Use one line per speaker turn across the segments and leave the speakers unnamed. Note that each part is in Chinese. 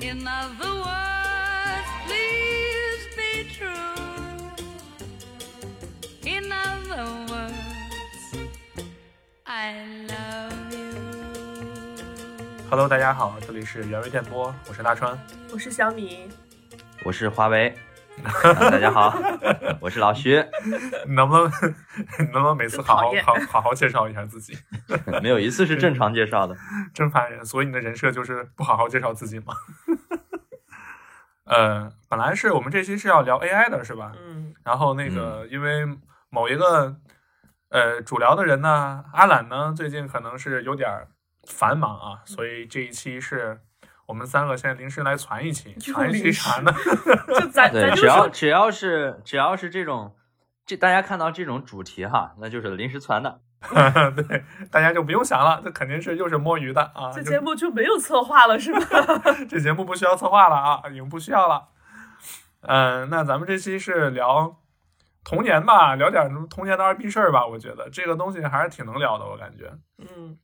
In other words, please be true. In other words, I love you.
Hello，大家好，这里是原味电波，我是大川。
我是小米，
我是华 为、啊大家好，我是老徐，
能不能 能不能每次好好
真讨厌
好好好介绍一下自己？
没有一次是正常介绍的，
真烦人。所以你的人设就是不好好介绍自己吗？ 呃，本来是我们这期是要聊 AI 的，是吧？
嗯，
然后那个、因为某一个呃主聊的人呢，阿懒呢最近可能是有点儿繁忙啊，
嗯
所以这一期是我们三个现在临时来传一期，
又
传一期
临
啥
时
呢？
就咱
对
咱，就
只要
说，
只要是只要是这种，这大家看到这种主题哈，那就是临时传的，
对，大家就不用想了，这肯定是又是摸鱼的啊。
这
就
节目就没有策划了是吧？
这节目不需要策划了啊，已经不需要了。嗯、那咱们这期是聊童年吧，聊点什么童年的二逼事儿吧。我觉得这个东西还是挺能聊的，我感觉。
嗯，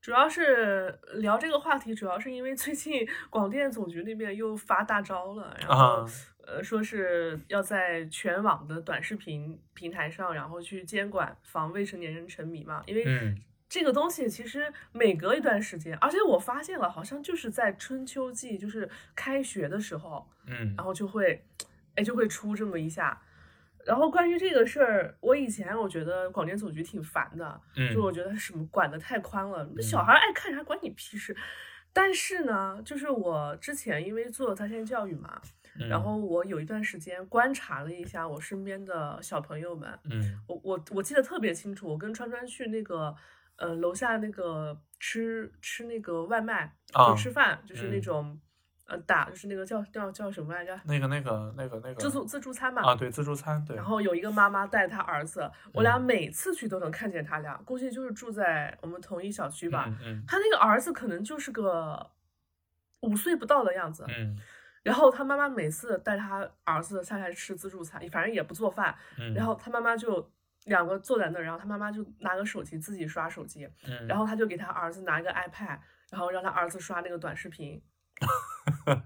主要是聊这个话题，主要是因为最近广电总局那边又发大招了，然后、
啊
呃说是要在全网的短视频平台上，然后去监管防未成年人沉迷嘛，因为
嗯，
这个东西其实每隔一段时间，而且我发现了，好像就是在春秋季，就是开学的时候，
嗯
然后就会，哎，就会出这么一下。然后关于这个事儿，我以前我觉得广电总局挺烦的，
嗯
就我觉得什么管得太宽了，小孩爱看啥管你屁事。但是呢，就是我之前因为做在线教育嘛，
嗯
然后我有一段时间观察了一下我身边的小朋友们，
嗯
我我我记得特别清楚，我跟川川去那个呃楼下那个吃吃那个外卖，
啊
就吃饭，就是那
嗯
种、呃打就是那个叫叫叫什么来着？
那个那个那个那个
自助自助餐嘛。
嗯啊，对自助餐，对嗯
然后有一个妈妈带她儿子，我俩每次去都能看见他俩，估计就是住在我们同一小区吧。
嗯嗯
他那个儿子可能就是个五岁不到的样子，
嗯
然后他妈妈每次带他儿子下来吃自助餐，反正也不做饭，
嗯，
然后他妈妈就两个坐在那儿，然后他妈妈就拿个手机自己刷手机，
嗯
然后他就给他儿子拿一个 iPad，然后让他儿子刷那个短视频。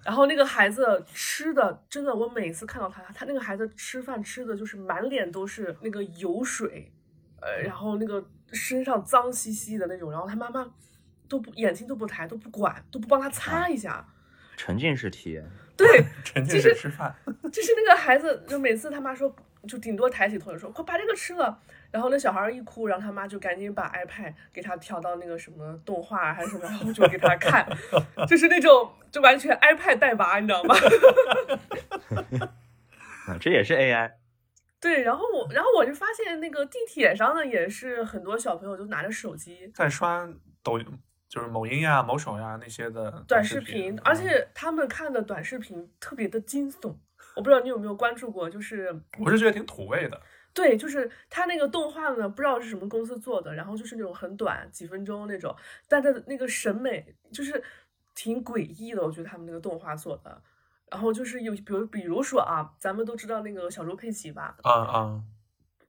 然后那个孩子吃的真的，我每次看到他，他那个孩子吃饭吃的就是满脸都是那个油水，呃，然后那个身上脏兮兮的那种，然后他妈妈都不眼睛都不抬，都不管，都不帮他擦一下。
沉浸式体验，
对，
沉浸
其
式
实
吃饭，
就是那个孩子，就每次他妈说，就顶多抬起头来说快把这个吃了，然后那小孩儿一哭，然后他妈就赶紧把 iPad 给他调到那个什么动画啊还是什么，然后就给他看， 就是那种就完全 iPad 带娃，你知道吗？
啊，这也是 AI，
对，然后我然后我就发现那个地铁上呢，也是很多小朋友就拿着手机。
在刷抖音，就是某音呀、某手呀那些的
短
视嗯
视频，啊而且他们看的短视频特别的惊悚，我不知道你有没有关注过，就是
我是觉得挺土味的，
对，就是他那个动画呢，不知道是什么公司做的，然后就是那种很短，几分钟那种，但他的那个审美就是挺诡异的，我觉得他们那个动画做的。然后就是有，比如比如说啊，咱们都知道那个小猪佩奇吧，
啊啊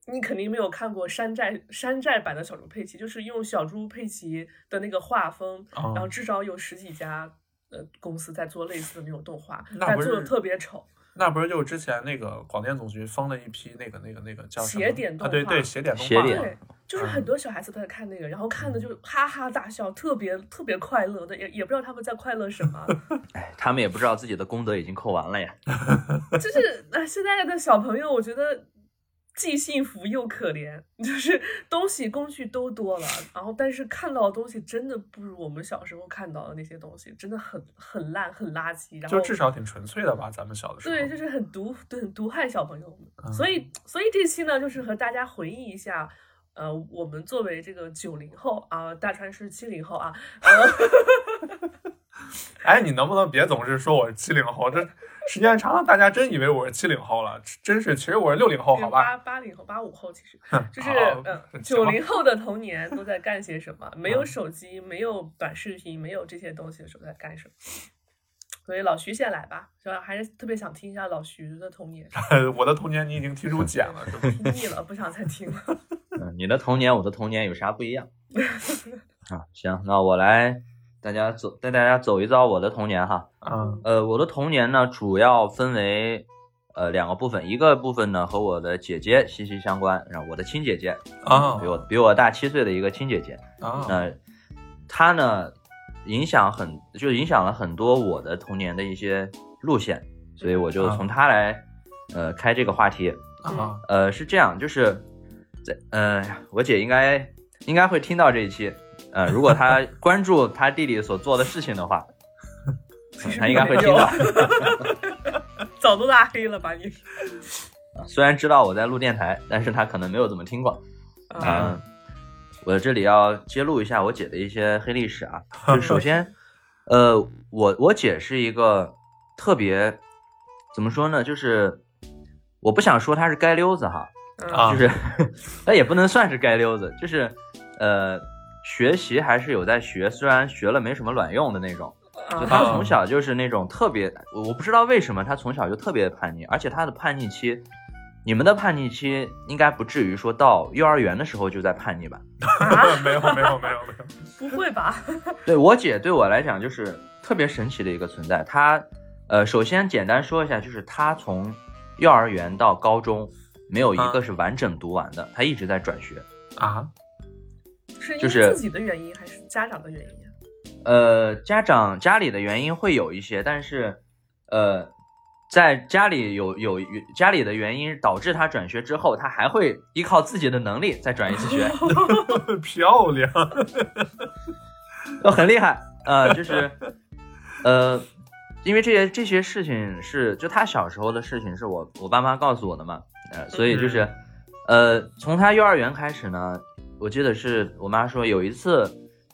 你肯定没有看过山寨山寨版的小猪佩奇，就是用小猪佩奇的那个画风，
啊
然后至少有十几家呃公司在做类似的那种动画，
那
但
不
做的
是
特别丑。
那不是就之前那个广电总局封了一批那个那个那个叫什么
邪典动
啊？对
画
对，邪典动画。
邪典
对，就是
嗯
很多小孩子都在看那个，然后看的就哈哈大笑，特别特别快乐的，也也不知道他们在快乐什么。
哎，他们也不知道自己的功德已经扣完了呀，
就是 呃，现在的小朋友，我觉得既幸福又可怜， 就是东西工具都多了，然后但是看到的东西真的不如我们小时候看到的那些东西，真的很很烂很垃圾。然后
就至少挺纯粹的吧，咱们小的时候。
对，就是很毒，对，很毒害小朋友们。
嗯
所以，所以这期呢，就是和大家回忆一下，呃，我们作为这个九零后啊、大川是七零后啊，
哎，你能不能别总是说我是七零后？这时间长了，大家真以为我是七零后了，真是，其实我是六零后，好吧？
八八零后、八五后，其实就是
好
嗯，
行嗯
九
吧
零后的童年都在干些什么？没有手机，没有短视频，没有这些东西的时候在干什么？所以老徐先来吧，主要还是特别想听一下老徐的童年，
我的童年你已经踢出茧了， 是吧？
听腻了，不想再听了。
嗯，你的童年，我的童年有啥不一样？啊，行，那我来大家走带大家走一遭我的童年哈。
嗯
呃，我的童年呢，主要分为呃两个部分，一个部分呢和我的姐姐息息相关，然后我的亲姐姐，
啊
比我比我大七岁的一个亲姐姐，
啊
那她呢影响很，就影响了很多我的童年的一些路线，所以我就
啊
从她来呃开这个话题。
啊
呃，是这样，就是在呃，我姐应该应该会听到这一期。呃，如果她关注她弟弟所做的事情 的话，呃她应该会听到。
早都拉黑了吧你？
虽然知道我在录电台，但是她可能没有怎么听过。
啊，
嗯，我这里要揭露一下我姐的一些黑历史啊。就首先，呃，我我姐是一个特别怎么说呢，就是我不想说她是街溜子哈，
嗯
啊
就是 那也不能算是街溜子，就是呃学习还是有在学，虽然学了没什么卵用的那种。就
啊
他
嗯
从小就是那种特别，我我不知道为什么他从小就特别叛逆，而且他的叛逆期，你们的叛逆期应该不至于说到幼儿园的时候就在叛逆吧？
啊，
没有没有没有没有，
不会吧？
对我姐对我来讲就是特别神奇的一个存在。她，呃，首先简单说一下，就是她从幼儿园到高中没有一个
啊
是完整读完的，她一直在转学。
啊
是因
就
为
是
自己的原因还是家长的原因啊？
呃，家长家里的原因会有一些，但是，呃，在家里有有家里的原因导致他转学之后，他还会依靠自己的能力再转一次学，
漂亮
都哦很厉害。呃，就是，呃，因为这些这些事情是就他小时候的事情，是我我爸妈告诉我的嘛，呃，所
嗯
以就是，呃，从他幼儿园开始呢，我记得是我妈说有一次，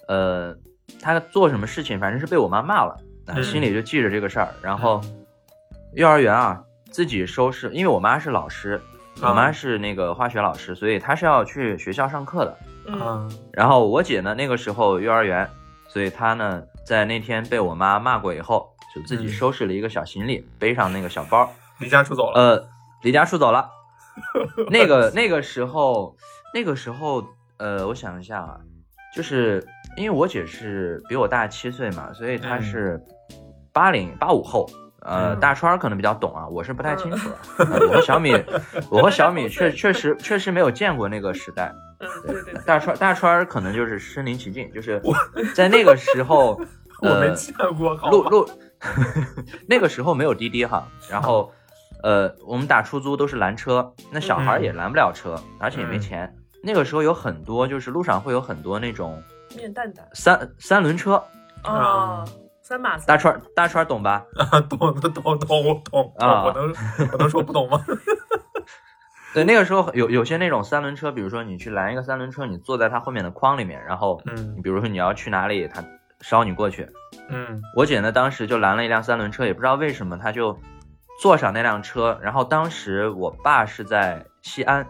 呃，他做什么事情，反正是被我妈骂了，啊、
嗯
心里就记着这个事儿。然后幼儿园啊，自己收拾，因为我妈是老师，我
啊
妈是那个化学老师，所以她是要去学校上课的。
嗯
啊
然后我姐呢，那个时候幼儿园，所以她呢，在那天被我妈骂过以后，就自己
嗯
收拾了一个小行李，背上那个小包，
离家出走了
呃，离家出走了。那个那个时候，那个时候，呃，我想一下，啊，就是因为我姐是比我大七岁嘛，所以她
嗯
是八零八五后。呃，
嗯
大川儿可能比较懂啊，我是不太清 楚的。呃我和小米，我和小米确确实确实没有见过那个时代。
嗯，对对对，
大川大川儿可能就是身临其境，就是在那个时候，
我没
呃，
见过好啊
路
吧
路 那个时候没有滴滴哈，然后呃，我们打出租都是拦车，那小孩儿也拦不了车，而且也没钱。那个时候有很多，就是路上会有很多那种
面蛋蛋
三三轮车，
嗯
哦，三马
大
三
川儿大川儿懂吧？
懂懂懂懂我懂
啊
我能我能说不懂吗？
对，那个时候有有些那种三轮车，比如说你去拦一个三轮车，你坐在它后面的筐里面，然后
嗯
你比如说你要去哪里，它捎你过去，
嗯
我姐呢，当时就拦了一辆三轮车，也不知道为什么，她就坐上那辆车。然后当时我爸是在西安，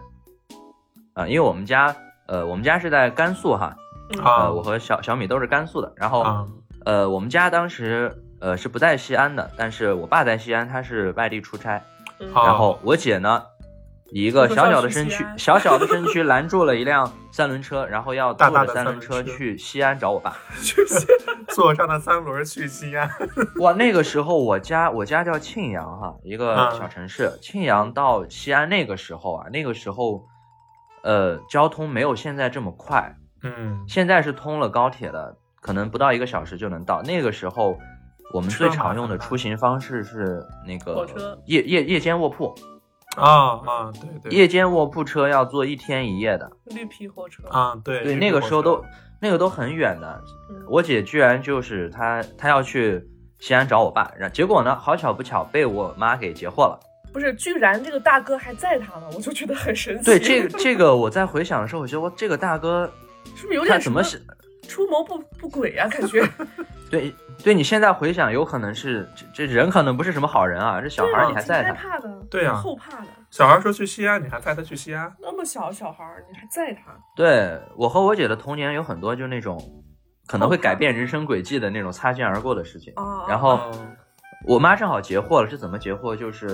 啊、因为我们家，呃，我们家是在甘肃哈，
嗯
啊
呃，我和小小米都是甘肃的。然后，
啊
呃，我们家当时，呃，是不在西安的，但是我爸在西安，他是外地出差。
嗯
好
然后我姐呢，以一个小小的身躯
不知道，去
小小的身躯拦住了一辆三轮车，然后要
大
坐
大
着
的
三
三
轮车
轮车
去西安找我爸。
坐上了三轮去西安
哇，那个时候我家我家叫庆阳哈，一个
嗯
小城市。庆阳到西安那个时候啊，那个时候，呃，交通没有现在这么快，
嗯
现在是通了高铁的，可能不到一个小时就能到。那个时候，我们
车
最
嘛
常用的
很慢
出行方式是那个
火车
夜夜夜间卧铺，
啊啊对对
夜间卧铺车要坐一天一夜的。
绿皮火车，
啊对
对，
绿
那
皮
个
火
时候
车
都那个都很远的，
嗯
我姐居然就是她，她要去西安找我爸，然结果呢，好巧不巧被我妈给截获了。
不是，居然这个大哥还在他了，我就觉得很神奇。
对，这个这个我在回想的时候，我觉得我这个大哥
是不是有
他
点
怎
什
么
么
是？
出谋不不轨啊？感觉
对对，你现在回想，有可能是这这人可能不是什么好人啊，这 小孩
对啊
儿你还在
挺害
他，
怕的，
对啊
后怕的，
小孩说去西安，你还带他去西安？
那么小的小孩儿你还在他，
对我和我姐的童年有很多就那种可能会
后怕
改变人生轨迹的那种擦肩而过的事情。
哦，
然后 我妈正好截获了，是怎么截获？就是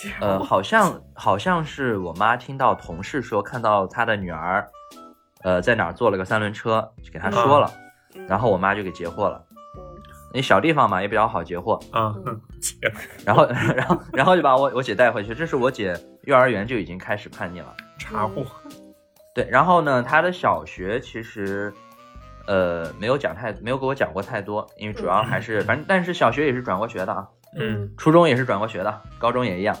结果
呃，好像好像是我妈听到同事说看到她的女儿，呃，在哪儿坐了个三轮车，就给她说了，
嗯
然后我妈就给截获了。那小地方嘛也比较好截获，
啊，
然后 然后然后就把我我姐带回去，这是我姐幼儿园就已经开始叛逆了。
查户
对，然后呢，他的小学其实，呃，没有讲太，没有给我讲过太多，因为主要还
嗯
是，反正但是小学也是转过学的啊，
嗯
初中也是转过学的，高中也一样。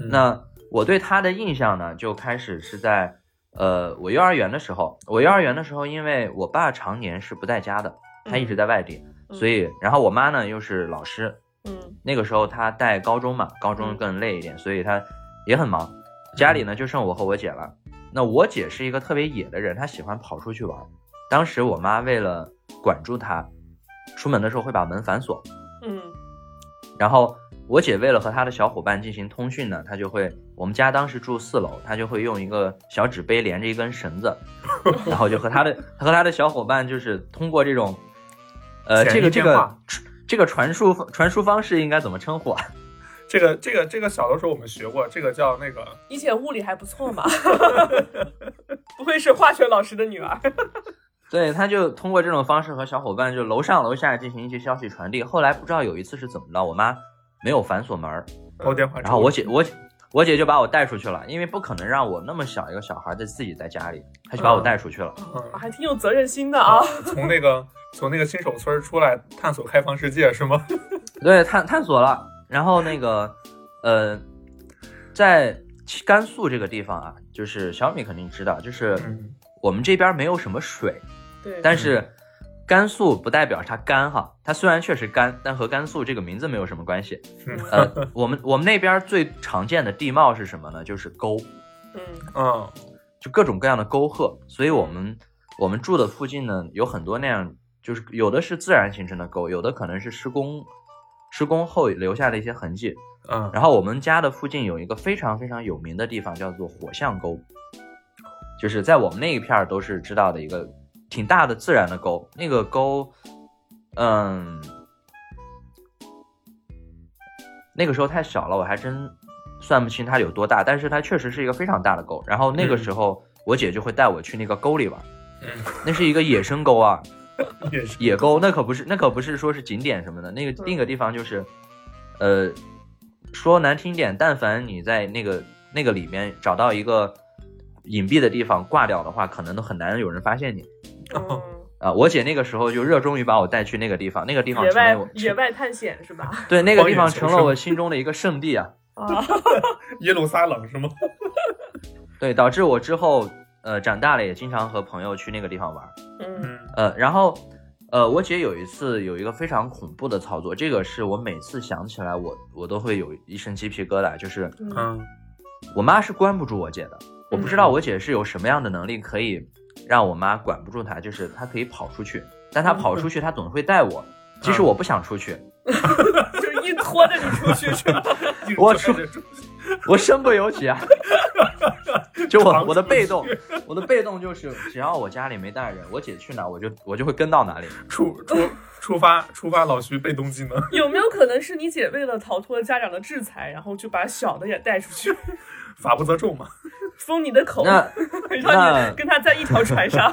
嗯
那我对他的印象呢，就开始是在，呃，我幼儿园的时候，我幼儿园的时候，因为我爸常年是不在家的，他一直在外地，
嗯
所以，然后我妈呢又是老师，
嗯
那个时候他带高中嘛，高中更累一点，所以他也很忙。家里呢就剩我和我姐了。那我姐是一个特别野的人，她喜欢跑出去玩。当时我妈为了管住她，出门的时候会把门反锁。
嗯
然后我姐为了和她的小伙伴进行通讯呢，她就会，我们家当时住四楼，她就会用一个小纸杯连着一根绳子，然后就和她的她和她的小伙伴就是通过这种，呃，
简易
这个这
电
个
话
这个传输传输方式应该怎么称呼啊？
这个这个这个小的时候我们学过，这个叫那个
以前物理还不错嘛， 不愧是化学老师的女儿。
对，他就通过这种方式和小伙伴就楼上楼下进行一些消息传递。后来不知道有一次是怎么了，我妈没有反锁门儿，
拨电话，
嗯然后我姐我姐我姐就把我带出去了，因为不可能让我那么小一个小孩在自己在家里，她就把我带出去了。
啊 还挺有责任心的啊。
嗯从那个从那个新手村出来探索开放世界是吗？
对，探探索了，然后那个呃，在甘肃这个地方啊，就是小米肯定知道，就是
嗯
我们这边没有什么水，
对，
但是甘肃不代表它干哈，它虽然确实干，但和甘肃这个名字没有什么关系。
嗯
呃，我们我们那边最常见的地貌是什么呢？就是沟，
嗯
嗯
就各种各样的沟壑。所以我们我们住的附近呢，有很多那样，就是有的是自然形成的沟，有的可能是施工施工后留下的一些痕迹。
嗯，
然后我们家的附近有一个非常非常有名的地方，叫做火象沟，就是在我们那一片儿都是知道的一个挺大的自然的沟。那个沟，嗯，那个时候太小了，我还真算不清它有多大，但是它确实是一个非常大的沟。然后那个时候，我姐就会带我去那个沟里玩，
嗯
那是一个野生沟啊，
也是
野沟那可不是，那可不是说是景点什么的，那个那个地方就是，呃，说难听点，但凡你在那个那个里面找到一个隐蔽的地方挂掉的话，可能都很难有人发现你
嗯，
啊、我姐那个时候就热衷于把我带去那个地方，那个地方
野
成
外
为我
野外探险是吧？
对那个地
荒
方
野求
成了
生
我心中的一个圣地啊，
啊，
耶路撒冷是吗？
对，导致我之后呃长大了也经常和朋友去那个地方玩。
嗯
嗯
呃，然后，呃，我姐有一次有一个非常恐怖的操作，这个是我每次想起来我我都会有一身鸡皮疙瘩，就是
嗯
嗯
我妈是关不住我姐的，我不知道我姐是有什么样的能力可以让我妈管不住她，就是她可以跑出去，但她跑出去她总会带我，即使我不想出去，
就是硬拖着你出去是吧？
我出我身不由己啊， 就我我的被动，我的被动就是只要我家里没带人，我姐去哪儿我就我就会跟到哪里。
出出出发出发老徐被动技能，
有没有可能是你姐为了逃脱家长的制裁，然后就把小的也带出去，
法不责众 嘛。
封你的口，
那
让
那
你跟他在一条船上？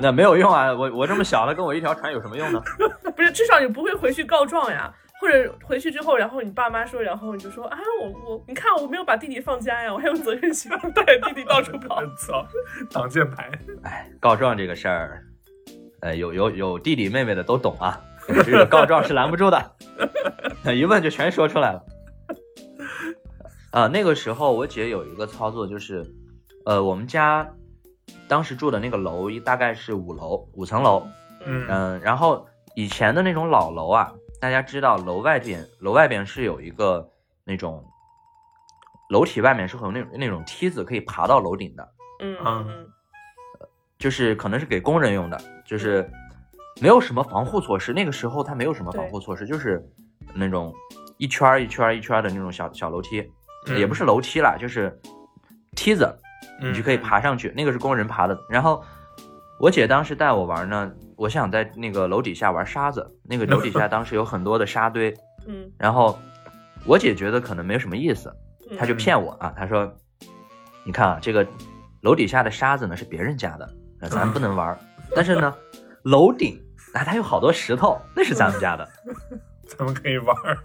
那没有用啊！我我这么小了，跟我一条船有什么用呢？
不是，至少你不会回去告状呀。或者回去之后，然后你爸妈说，然后你就说啊，我我你看我没有把弟弟放家呀，我还有责任心，带着弟弟到 处 跑。
操，挡箭牌。
哎，告状这个事儿，呃，有有有弟弟妹妹的都懂啊， 这个告状是拦不住的， 一问就全说出来了。啊、那个时候我姐有一个操作就是，呃，我们家当时住的那个楼大概是五楼，五层楼，
嗯
嗯，然后以前的那种老楼啊，大家知道楼外边楼外边是有一个那种楼体外面是会有那种那种梯子可以爬到楼顶的，
嗯
啊
嗯
就是可能是给工人用的，就是没有什么防护措施。那个时候它没有什么防护措施，就是那种一圈儿一圈儿一圈儿的那种小小楼梯，
嗯
也不是楼梯啦，就是梯子，你就可以爬上去。那个是工人爬的。然后我姐当时带我玩呢，我想在那个楼底下玩沙子，那个楼底下当时有很多的沙堆，
嗯
然后我姐觉得可能没什么意思，
嗯，
她就骗我啊，她说：“你看啊，这个楼底下的沙子呢是别人家的，那咱不能玩儿。但是呢，楼顶啊，他有好多石头，那是咱们家的。
咱们可以玩儿。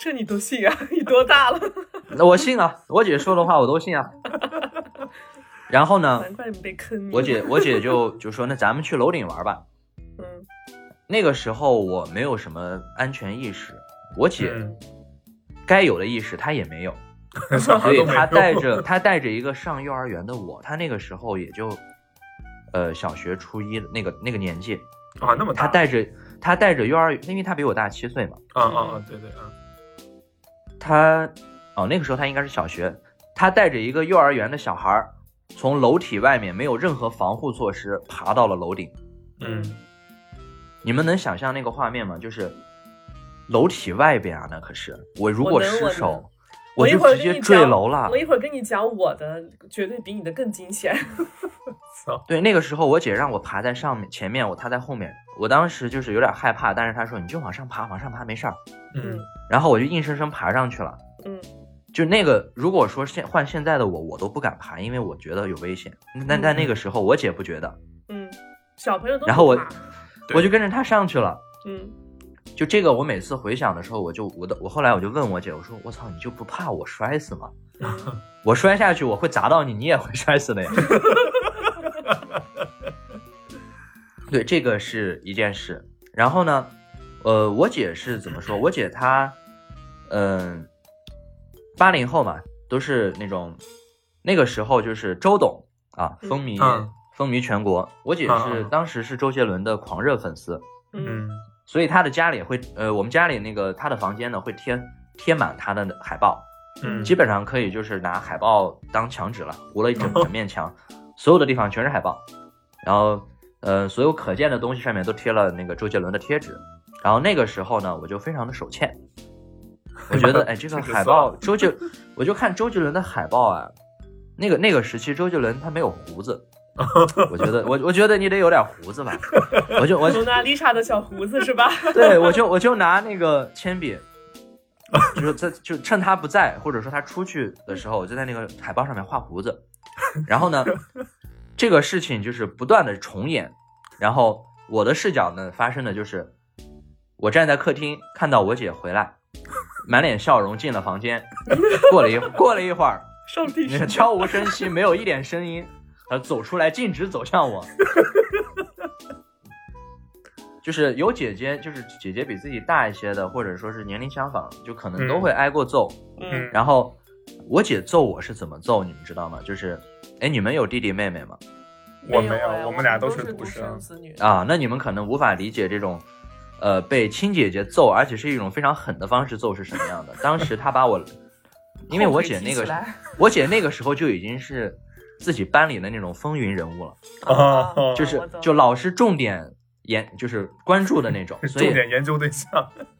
这你都信啊？你多大了？
那我信啊，我姐说的话我都信啊。然后呢，
难怪你被坑。
我姐我姐就就说，那咱们去楼顶玩吧。
嗯
那个时候我没有什么安全意识，我姐
嗯
该有的意识她也没有，
小孩
所
嗯都
以
没
她
用
带着她带着一个上幼儿园的我，她那个时候也就，呃，小学初一那个那个年纪，
啊，那么大
她带着她带着幼儿，因为她比我大七岁嘛，
啊啊啊，对对啊，
她哦那个时候她应该是小学，她带着一个幼儿园的小孩儿，从楼体外面没有任何防护措施爬到了楼顶。
嗯
你们能想象那个画面吗？就是楼体外边啊，那可是我如
我
果
能
失
我能
手，
我一
就
会儿
直
跟
接
你
坠
讲
楼了
我。一会儿跟你讲我的，绝对比你的更惊险。
对，那个时候我姐让我爬在上面前面，我她在后面。我当时就是有点害怕，但是她说你就往上爬，往上爬没事儿。
嗯
然后我就硬生生爬上去了。
嗯，
就那个，如果说现换现在的我，我都不敢爬，因为我觉得有危险。但但那个时候我姐不觉得，
嗯，小朋友都
然后我
不怕
对
我就跟着她上去了。
嗯
就这个，我每次回想的时候，我就我的我后来我就问我姐，我说我操，你就不怕我摔死吗？
嗯
我摔下去，我会砸到你，你也会摔死的呀。对，这个是一件事。然后呢，呃，我姐是怎么说？我姐她，嗯、八零后嘛，都是那种那个时候就是周董啊，
嗯
风靡、
嗯
风靡全国。我姐是、
嗯嗯
当时是周杰伦的狂热粉丝，
嗯
嗯
所以她的家里会，呃，我们家里那个她的房间呢会贴贴满她的海报，
嗯，
基本上可以就是拿海报当墙纸了，糊了一
哦
整整面墙，所有的地方全是海报，然后呃，所有可见的东西上面都贴了那个周杰伦的贴纸。然后那个时候呢，我就非常的 手欠，我觉得哎，这个
这个
海报周杰，我就看周杰伦的海报啊，那个那个时期周杰伦他没有胡子，我觉得我我觉得你得有点胡子吧，我就我就
蒙娜丽莎的小胡子是吧？
对，我就我就拿那个铅笔，就是在就趁他不在，或者说他出去的时候，我就在那个海报上面画胡子。然后呢，这个事情就是不断的重演。然后我的视角呢，发生的就是我站在客厅，看到我姐回来，满脸笑容进了房间。过了一过了一会儿，
上 帝
那
是
个悄无声息，没有一点声音，呃，走出来，径直走向我。 就是有姐姐，就是姐姐比自己大一些的，或者说是年龄相仿，就可能都会挨过揍。
嗯
然后我姐揍我是怎么揍，你们知道吗？就是，哎，你们有弟弟妹妹吗？
我
没
没有
哎
我
我
们俩
都
都是独
独
生
生子女。
啊，那你们可能无法理解这种，呃，被亲姐姐揍，而且是一种非常狠的方式揍是什么样的。当时她把我，因为我姐那
后腿提
个
起来
我姐那个时候就已经是自己班里的那种风云人物了，
啊
啊
就是
我懂
就老师重点研就是关注的那 种，
是
所以
重点研究对象。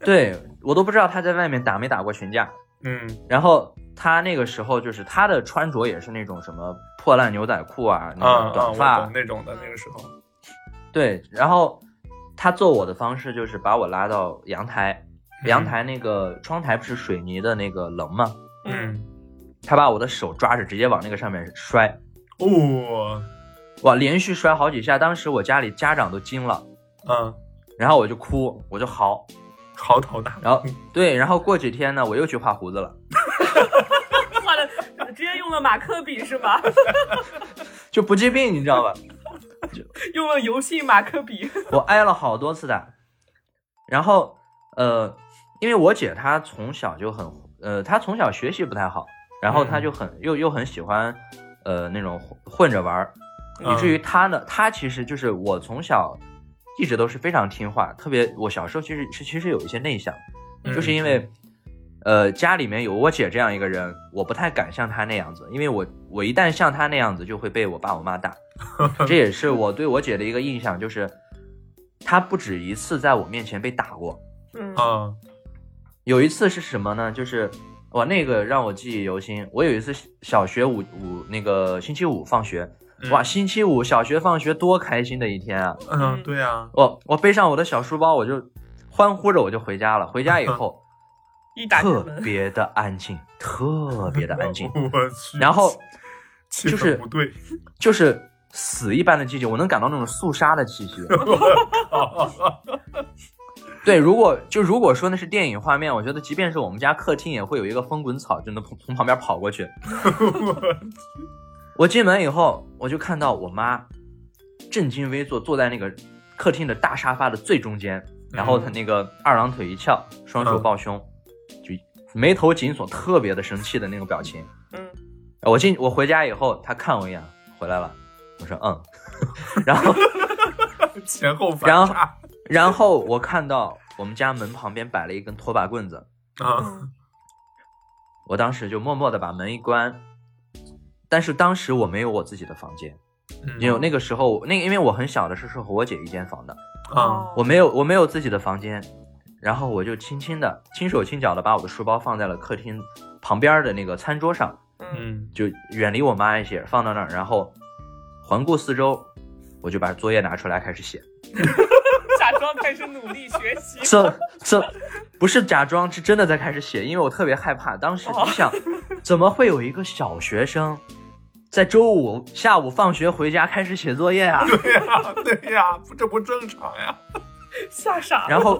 对我都不知道她在外面打没打过群架。
嗯
然后她那个时候就是她的穿着也是那种什么破烂牛仔裤啊，那
啊
种
啊，
短
我
发，
懂那种的那个时候。
对。然后她揍我的方式就是把我拉到阳台，
嗯
阳台那个窗台不是水泥的那个棱吗？
嗯
嗯，
她把我的手抓着，直接往那个上面摔。
哦，
哇，连续摔好几下，当时我家里家长都惊了，
嗯，
然后我就哭，我就嚎，
嚎啕大
然后对，然后过几天呢，我又去画胡子了，
画的直接用了马克笔是吧？
就不治病，你知道吧？
用了油性马克笔。
我挨了好多次打，然后呃，因为我姐她从小就很呃，她从小学习不太好，然后她就很、又又很喜欢呃那种混混着玩儿，
嗯
以至于她呢，她其实就是我从小一直都是非常听话，特别我小时候其实是其实有一些内向，
嗯
就是因为。呃，家里面有我姐这样一个人，我不太敢像她那样子，因为我我一旦像她那样子，就会被我爸我 妈打。这也是我对我姐的一个印象，就是她不止一次在我面前被打过。
嗯
啊，
有一次是什么呢？就是哇，那个让我记忆犹新。我有一次小学五五那个星期五放学，
嗯
哇，星期五小学放学多开心的一天啊！
嗯，对呀，
我我背上我的小书包，我就欢呼着我就回家了。回家以后
一打开
特
门，
别的安静， 特别的安静。
我去，
然后
气
就是
氛不对，
就是死一般的寂静，我能感到那种肃杀的气息。
哦
对，如果就如果说那是电影画面，我觉得即便是我们家客厅也会有一个风滚草，就能从从旁边跑过去。我进门以后，我就看到我妈正襟危坐，坐在那个客厅的大沙发的最中间，然后她那个二郎腿一翘，双手抱胸，就眉头紧锁，特别的生气的那种表情。呃
嗯，
我进我回家以后，她看我一眼，回来了，我说嗯， 然后。
前后反差
然后我看到我们家门旁边摆了一根拖把棍子，
啊，
嗯
我当时就默默的把门一关。但是当时我没有我自己的房间，
嗯
因为那个时候那个因为我很小的时候是和我姐一间房的，
啊，
我没有我没有自己的房间，然后我就轻轻的轻手轻脚的把我的书包放在了客厅旁边的那个餐桌上，
嗯
嗯
就远离我妈一些，放到那儿，然后环顾四周，我就把作业拿出来开始写。。
假装开始努力学习
这这不是假装，是真的在开始写，因为我特别害怕。当时你想，怎么会有一个小学生在周五下午放学回家开始写作业啊？
对呀对呀，这不正常呀，
吓傻了。
然后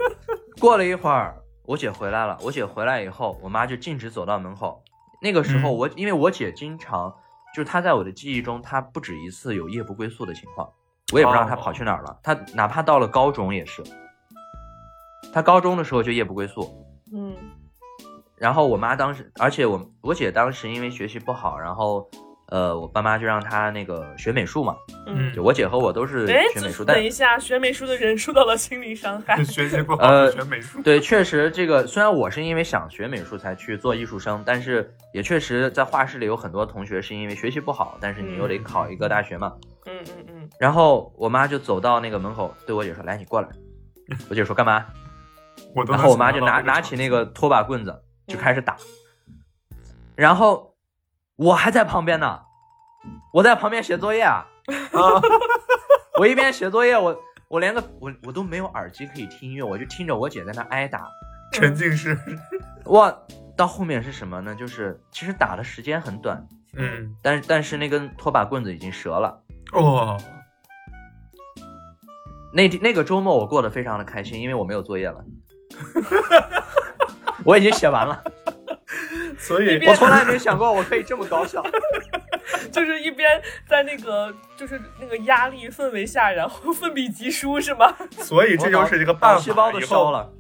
过了一会儿，我姐回来了。我姐回来以后，我妈就径直走到门口。那个时候
嗯
我，因为我姐经常就是她在我的记忆中，她不止一次有夜不归宿的情况。我也不知道她跑去哪儿了。她哪怕到了高中也是，她高中的时候就夜不归宿。
嗯
然后我妈当时，而且我我姐当时因为学习不好，然后呃，我爸妈就让她那个学美术嘛。
嗯。
就我姐和我都是
哎，
学美
这
术，但
等一下，学美术的人受到了心理伤害
学习不好
呃
学美术，
对，确实这个虽然我是因为想学美术才去做艺术生，但是也确实在画室里有很多同学是因为学习不好，但是你又得考一个大学嘛。
嗯嗯嗯，
然后我妈就走到那个门口，对我姐说：“来，你过来。”我姐说：“干嘛？”
我都
然
能
后我妈就
想象
拿
到
拿起那个拖把棍子就开始打，然后我还在旁边呢，我在旁边写作业啊，
场 景啊，
我一边写作业，我我连个我我都没有耳机可以听音乐，我就听着我姐在那挨打。
沉浸式，
哇，到后面是什么呢？就是其实打的时间很短，
嗯，
但是但是那根拖把棍子已经折了。
哦，
那天那个周末我过得非常的开心，因为我没有作业了， 我已经写完了。
所以
我从来没想过我可以这么高效。
就是一边在那个就是那个压力氛围下，然后奋笔疾书是吗？
所以 这就是一个办
把
法，
细胞都
以后
烧了。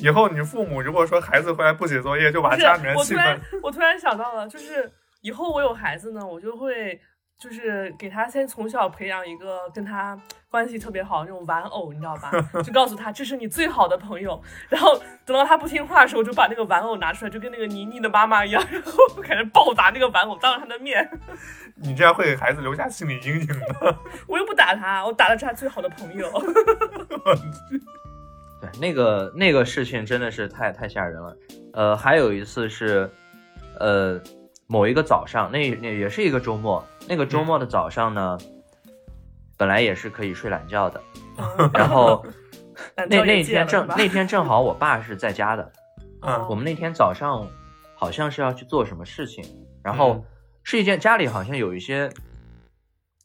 以后你父母如果说孩子回来不写作业，就
不
把
是
家里面，
我
气
突然
氛，
我突然想到了，就是以后我有孩子呢，我就会就是给他先从小培养一个跟他关系特别好的那种玩偶，你知道 吧？就告诉他这是你最好的朋友，然后等到他不听话的时候，就把那个玩偶拿出来，就跟那个妮妮的妈妈一样，然后开始暴打那个玩偶，当着他的面，
你这样会给孩子留下心理阴影的。
我又不打他，我打的是他最好的朋 友。
对，那个那个事情真的是太太吓人了。呃，还有一次是，呃，某一个早上，那那也是一个周末，那个周末的早上呢，
嗯
本来也是可以睡懒觉的，
嗯
然后
懒
那
觉
那
也戒
天
了
正
是吧
那天正好我爸是在家的，
嗯
我们那天早上好像是要去做什么事情，然
嗯
后是一件家里好像有一些，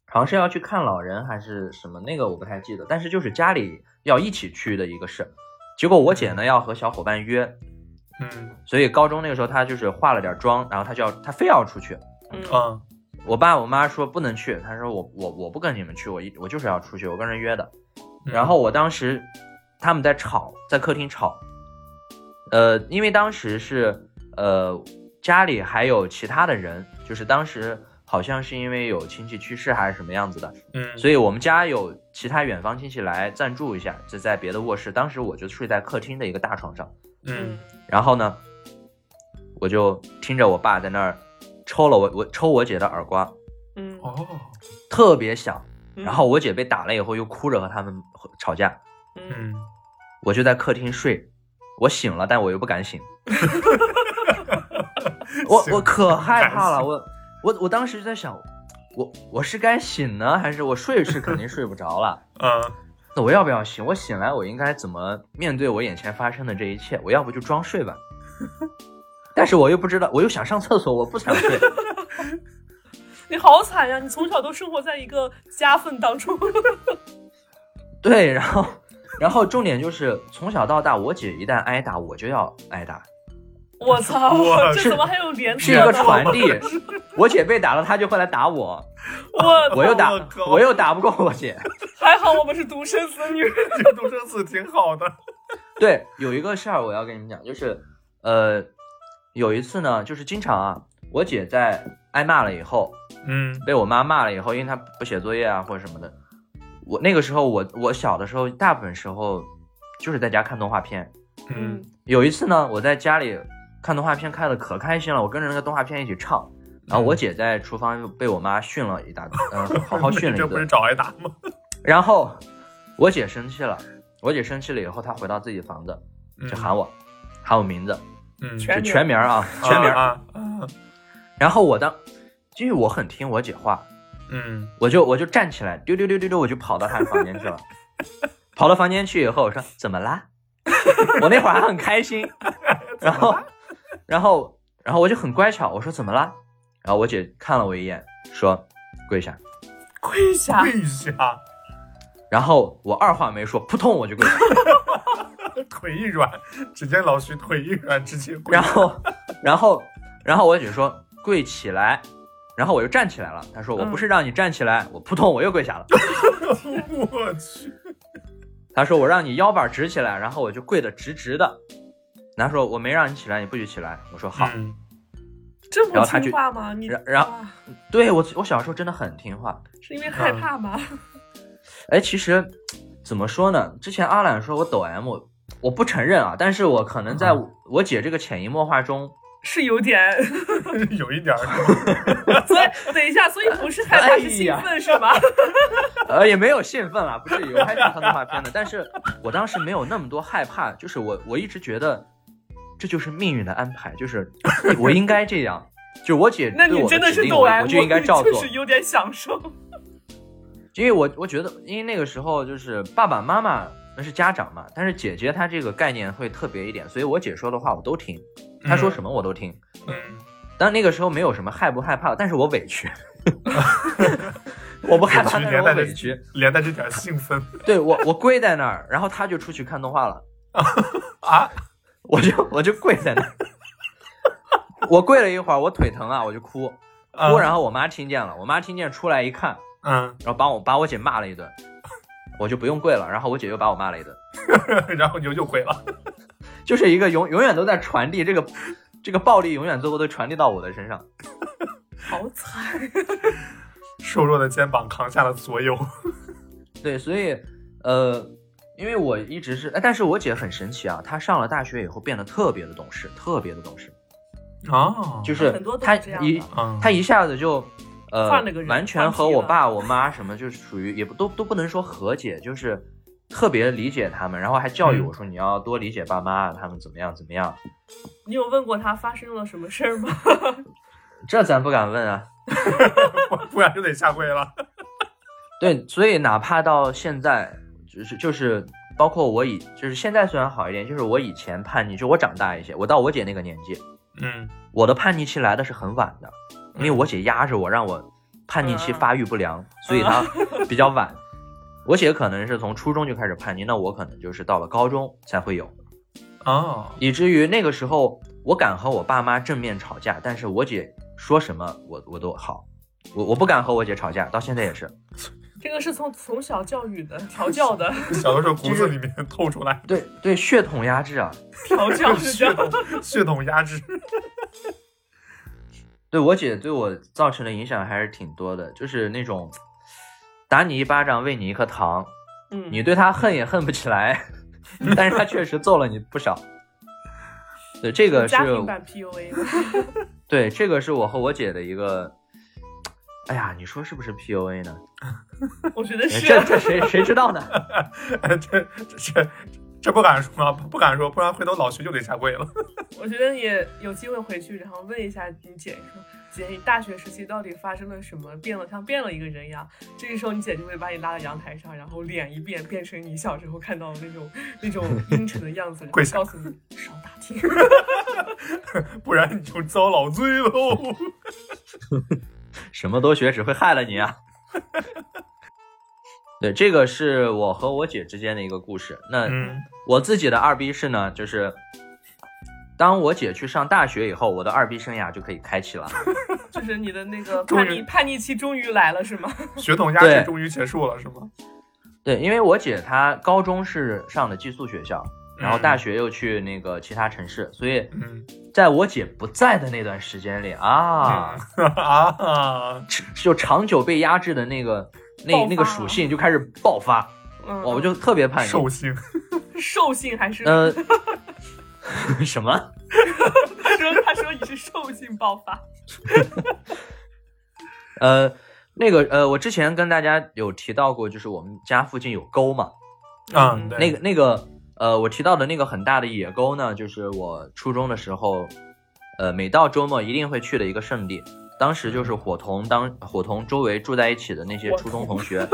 好像是要去看老人还是什么，那个我不太记得，但是就是家里要一起去的一个事。结果我姐
嗯
呢要和小伙伴约，
嗯
所以高中那个时候她就是化了点妆，然后她就要她非要出去。
啊
我爸我妈说不能去，她说我我我不跟你们去，我一我就是要出去，我跟人约的。然后我当时他们在吵，在客厅吵，呃，因为当时是呃家里还有其他的人，就是当时好像是因为有亲戚去世还是什么样子的，
嗯，
所以我们家有其他远方亲戚来暂住一下，就在别的卧室。当时我就睡在客厅的一个大床上，
嗯
然后呢，我就听着我爸在那儿抽了我我抽我姐的耳光，
嗯
哦
特别响。
嗯
然后我姐被打了以后，又哭着和他们吵架。
嗯
嗯，
我就在客厅睡，我醒了，但我又不敢醒，我我可害怕了，我我我当时就在想，我我是该醒呢，还是我睡是肯定睡不着了，
嗯
那我要不要醒？我醒来我应该怎么面对我眼前发生的这一切？我要不就装睡吧，但是我又不知道，我又想上厕所，我不想睡，
你好惨呀！你从小都生活在一个夹缝当中。
对，然后，然后重点就是从小到大，我姐一旦挨打，我就要挨打，
我操
我，
这
是
怎么还有连
是
坐的？
一个传递。我姐被打了，她就会来打我，
我
我又打
我靠，
我又打不过我姐。
还好我们是独生子女。
这个独生子挺好的。
对，有一个事儿我要跟你们讲，就是，呃，有一次呢，就是经常啊，我姐在挨骂了以后，
嗯
被我妈骂了以后，因为她不写作业啊或者什么的，我那个时候我我小的时候，大部分时候就是在家看动画片。
嗯，
有一次呢，我在家里看动画片看的可开心了，我跟着那个动画片一起唱。然
嗯
后我姐在厨房又被我妈训了一大， 嗯、好好训了
这
一
不是
顿。
找挨打吗？
然后我姐生气了，我姐生气了以后，她回到自己房子就喊我，喊我名字，
嗯，
全
就全名儿嗯啊，全名
名
儿。
啊，
然后我当，因为我很听我姐话，
嗯
我就我就站起来，丢丢丢丢丢，我就跑到她的房间去 了。跑到房间去以后，我说怎么啦？ 我那会儿还很开 心，然后然后然后我就很乖巧，我说怎么啦？然后我姐看了我一眼，说跪下。
跪下，
跪下，
然后我二话没说，扑通我就跪下。
腿一软，只见老徐腿一软，直接跪
然。后然后然后我姐说跪起来，然后我又站起来了。她说我不是让你站起来，我扑通我又跪下了。
我去，
他说我让你腰板直起来，然后我就跪得直直的。他说我没让你起来，你不许起来。我说好。
嗯
这
然
么
后他
听
就
话吗？你
然然后
哇
对我我小时候真的很听话。
是因为
嗯
害怕吗？
哎，其实怎么说呢？之前阿懒说我抖 M，我我不承认啊，但是我可能在我,、姐这个潜移默化中，
是有点，
有一点儿，
所以等一下，所以不是害
哎
怕，是兴奋是吗？
呃，也没有兴奋啦，不是有还是看动画片的，但是我当时没有那么多害怕，就是我我一直觉得这就是命运的安排，就是我应该这样。就是我 姐
那
对
你
我
真的
指
是
令，
抖
我
M，
我 就应该照
就
做。
是有点享受。
因为我我觉得，因为那个时候就是爸爸妈妈那是家长嘛，但是姐姐她这个概念会特别一点，所以我姐说的话我都听，她说什么我都听。
嗯，
但那个时候没有什么害不害怕，但是我 委屈， 我不害怕，但是
连
我
带
委
着
屈。
连带着点兴奋
对我我跪在那儿，然后她就出去看动画了，
啊，
我就我就跪在那儿， 我跪了一会儿，我腿疼啊，我就哭哭，然后我妈听见了，我妈听见出来一看，
嗯，
然后把我把我姐骂了一顿，我就不用跪了，然后我姐又把我骂了一顿。
然后牛就跪了，
就是一个永永远都在传递这个这个暴力，永远最后都传递到我的身上。
好惨，
瘦弱的肩膀扛下了所有。
对，所以呃，因为我一直是，哎但是我姐很神奇啊，她上了大学以后变得特别的懂事，特别的懂事，
哦，
就是
很多都
她
是这样
一
的
嗯，
她一下子就。呃
换了个，人
完全和
换皮
我
了
爸、我妈什么，就是属于也不都都不能说和解，就是特别理解他们，然后还教育
嗯
我说你要多理解爸妈，他们怎么样怎么样。
你有问过他发生了什么事儿吗？
这咱不敢问啊，
不不然就得下跪了。
对，所以哪怕到现在，就是就是包括我以就是现在虽然好一点，就是我以前叛逆，就我长大一些，我到我姐那个年纪，
嗯
我的叛逆期来的是很晚的，因为我姐压着我，让我叛逆期发育不良，所以她比较晚。我姐可能是从初中就开始叛逆，那我可能就是到了高中才会有，
哦，
以至于那个时候我敢和我爸妈正面吵架，但是我姐说什么我我都好，我我不敢和我姐吵架，到现在也是。
这个是从从小教育的、调教的、
小的时候骨子里面透出来
对对，血统压制啊，
调 教是这
血
样。
统血统压制。
对我姐对我造成的影响还是挺多的，就是那种打你一巴掌喂你一颗糖，
嗯，
你对她恨也恨不起来，但是她确实揍了你不少。对，这个是
家庭版 PUA，
对这个是我和我姐的一个，哎呀，你说是不是 PUA 呢？
我觉得是
哎
啊
这这谁谁知道呢？
这这这这不敢说啊，不敢说，不然回头老徐就得下跪了。
我觉得你有机会回去，然后问一下你姐，说姐，你大学时期到底发生了什么，变了像变了一个人一样。这个时候，你姐就会把你拉到阳台上，然后脸一变，变成你小时候看到的那种那种阴沉的样 子，然后
跪下
告诉你少打听。
不然你就遭老罪喽。
什么都学只会害了你 啊。对，这个是我和我姐之间的一个故事。那
嗯
我自己的二逼是呢，就是当我姐去上大学以后，我的二逼生涯就可以开启了。
就是你的那个
终于
叛逆叛逆期终于来了，是吗？
血统压制
对
终于结束了，是吗？
对，因为我姐她高中是上的寄宿学校，然后
嗯
大学又去那个其他城市，所以
嗯
在我姐不在的那段时间里
嗯
啊，
啊，
就长久被压制的那个那
爆发
那个属性就开始爆发，
嗯，
哇我就特别叛逆
兽。性，
是兽性还是？
呃， 什么？
他说他说你是兽性爆发，
呃，那个呃，我之前跟大家有提到过，就是我们家附近有沟嘛，
嗯，对
那个那个呃，我提到的那个很大的野沟呢，就是我初中的时候，呃，每到周末一定会去的一个圣地。当时就是伙同当伙同周围住在一起的那些初中同学，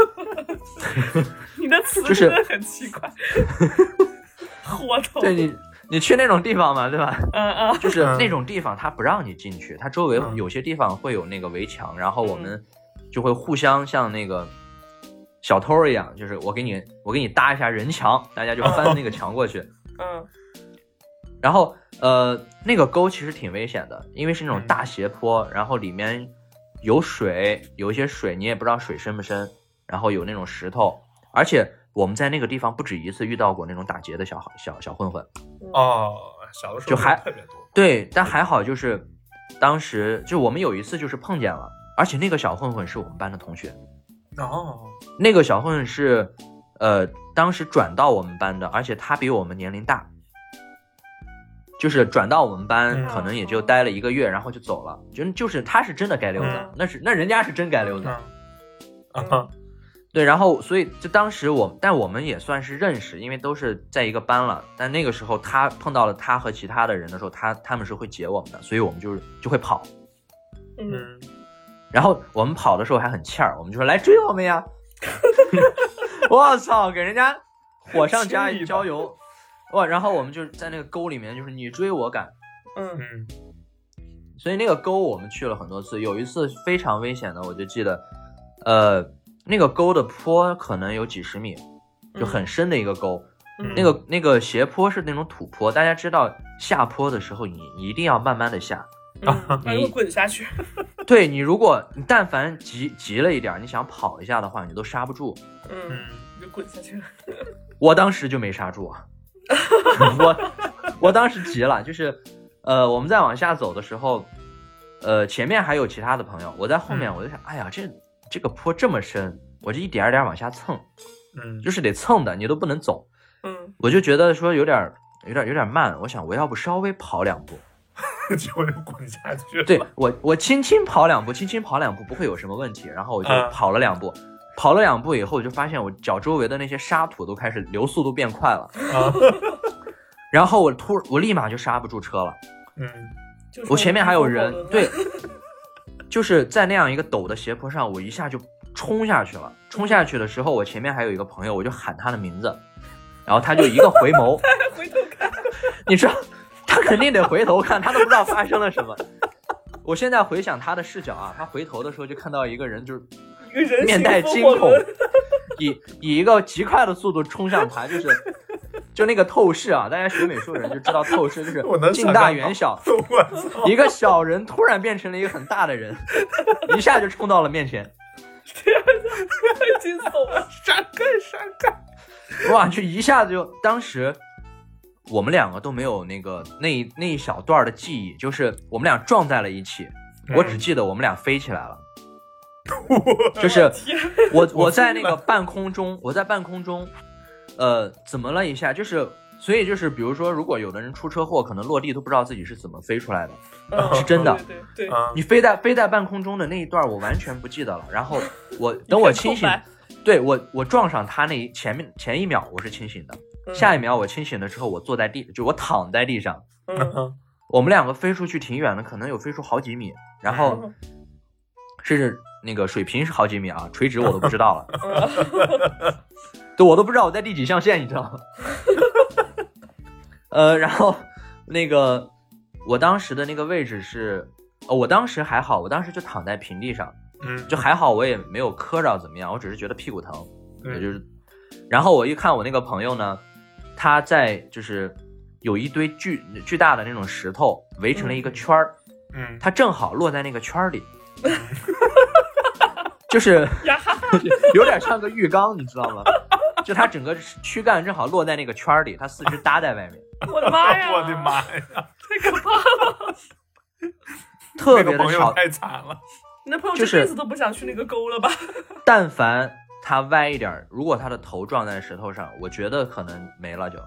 你的词
就是
真的很奇 怪，火头，
对你你去那种地方嘛，对吧？
嗯嗯，
就是
嗯
那种地方，它不让你进去，它周围
嗯
有些地方会有那个围墙，然后我们就会互相像那个小偷一样，就是我给你我给你搭一下人墙，大家就翻那个墙过去。
嗯，
然后呃，那个沟其实挺危险的，因为是那种
嗯
大斜坡，然后里面有水，有一些水你也不知道水深不深，然后有那种石头，而且我们在那个地方不止一次遇到过那种打劫的小孩小小混混。
哦，小的时候
就还
特别多，
对，但还好就是当时就我们有一次就是碰见了，而且那个小混混是我们班的同学，
哦，
那个小混混是呃当时转到我们班的，而且他比我们年龄大。就是转到我们班，
嗯
可能也就待了一个月，然后就走了。就就是他是真的该溜子，
嗯
那是那人家是真该溜子。
嗯，啊，
对，然后所以就当时我，但我们也算是认识，因为都是在一个班了。但那个时候他碰到了他和其他的人的时候，他他们是会截我们的，所以我们就是就会跑。
嗯，
嗯，
然后我们跑的时候还很欠儿，我们就说来追我们呀！ 我操，给人家火上加
气的
浇油，哇！然后我们就在那个沟里面，就是你追我赶，
嗯
嗯，
所以那个沟我们去了很多次。有一次非常危险的，我就记得，呃，那个沟的坡可能有几十米，就很深的一个沟。
嗯
那个那个斜坡是那种土坡，大家知道下坡的时候你一定要慢慢的下，
嗯，然后
你
滚下去，
对你如果你但凡急急了一点儿，你想跑一下的话，你都刹不住。
嗯，
嗯，
你就滚下去了，
我当时就没刹住啊， 我我当时急了，就是呃，我们在往下走的时候，呃，前面还有其他的朋友，我在后面
嗯
我就想，哎呀，这这个坡这么深，我就一点儿点儿往下蹭，
嗯，
就是得蹭的，你都不能走。
嗯，
我就觉得说有点儿有点儿有点儿慢，我想我要不稍微跑两步，
结果就滚下去了，
对我我轻轻跑两步，轻轻跑两步不会有什么问题。然后我就
嗯
跑了两步。跑了两步以后，我就发现我脚周围的那些沙土都开始流速度变快了，
啊，
然后我突我立马就刹不住车了，
嗯，
就是
我前面还有
我
人
们，
对，就是在那样一个陡的斜坡上，我一下就冲下去了。冲下去的时候，我前面还有一个朋友，我就喊他的名字，然后他就一个回眸，
回头看，
你知道，他肯定得回头看，他都不知道发生了什么。我现在回想他的视角啊，他回头的时候就看到一个人，就是
一个人
面
形
带
风
惊
火
恐
轮，
以以一个极快的速度冲向他，就是就那个透视啊，大家学美术的人就知道透视，就是
我能
近
想
大
象到
远小，
我操，
一个小人突然变成了一个很大的 人，一下就冲到了面前，
惊悚 了，
闪开，闪开，
哇，就一下子就当时。我们两个都没有那个那一那一小段的记忆，就是我们俩撞在了一起，
嗯
我只记得我们俩飞起来 了，就是
天，啊
我
我
我在
疯
那
了
个半空中，我在半空中，呃，怎么了一下？就是所以就是，比如说，如果有的人出车祸，可能落地都不知道自己是怎么飞出来的。
嗯
是真的
对对对，
啊，
你飞在飞在半空中的那一段，我完全不记得了。然后 我等我清
一
醒
片，
对我我撞上他那一前面前一秒我是清醒的，
嗯
下一秒我清醒了之后，我坐在地，就我躺在地上。
嗯，
我们两个飞出去挺远的，可能有飞出好几米，然后
哦
嗯
是那个水平是好几米啊，垂直我都不知道了。
嗯
对我都不知道我在第几象限，你知道吗？ 呃，然后那个我当时的那个位置是，哦，我当时还好，我当时就躺在平地上，
嗯，
就还好我也没有磕着怎么样，我只是觉得屁股疼，
嗯
也就是，然后我一看我那个朋友呢，他在就是有一堆巨巨大的那种石头围成了一个圈儿，
嗯，
他正好落在那个圈儿里，就是
呀哈哈，
有点像个浴缸，你知道吗？就他整个躯干正好落在那个圈儿里，他四肢搭 在外面，
我的
哎
妈呀！
我的妈呀，
太可怕了！
那
特别
个
的
朋友
吵。
太惨了，
你的朋友
就
这
是
辈子都不想去那个沟了吧？
但凡他歪一点儿，如果他的头撞在石头上，我觉得可能没了就。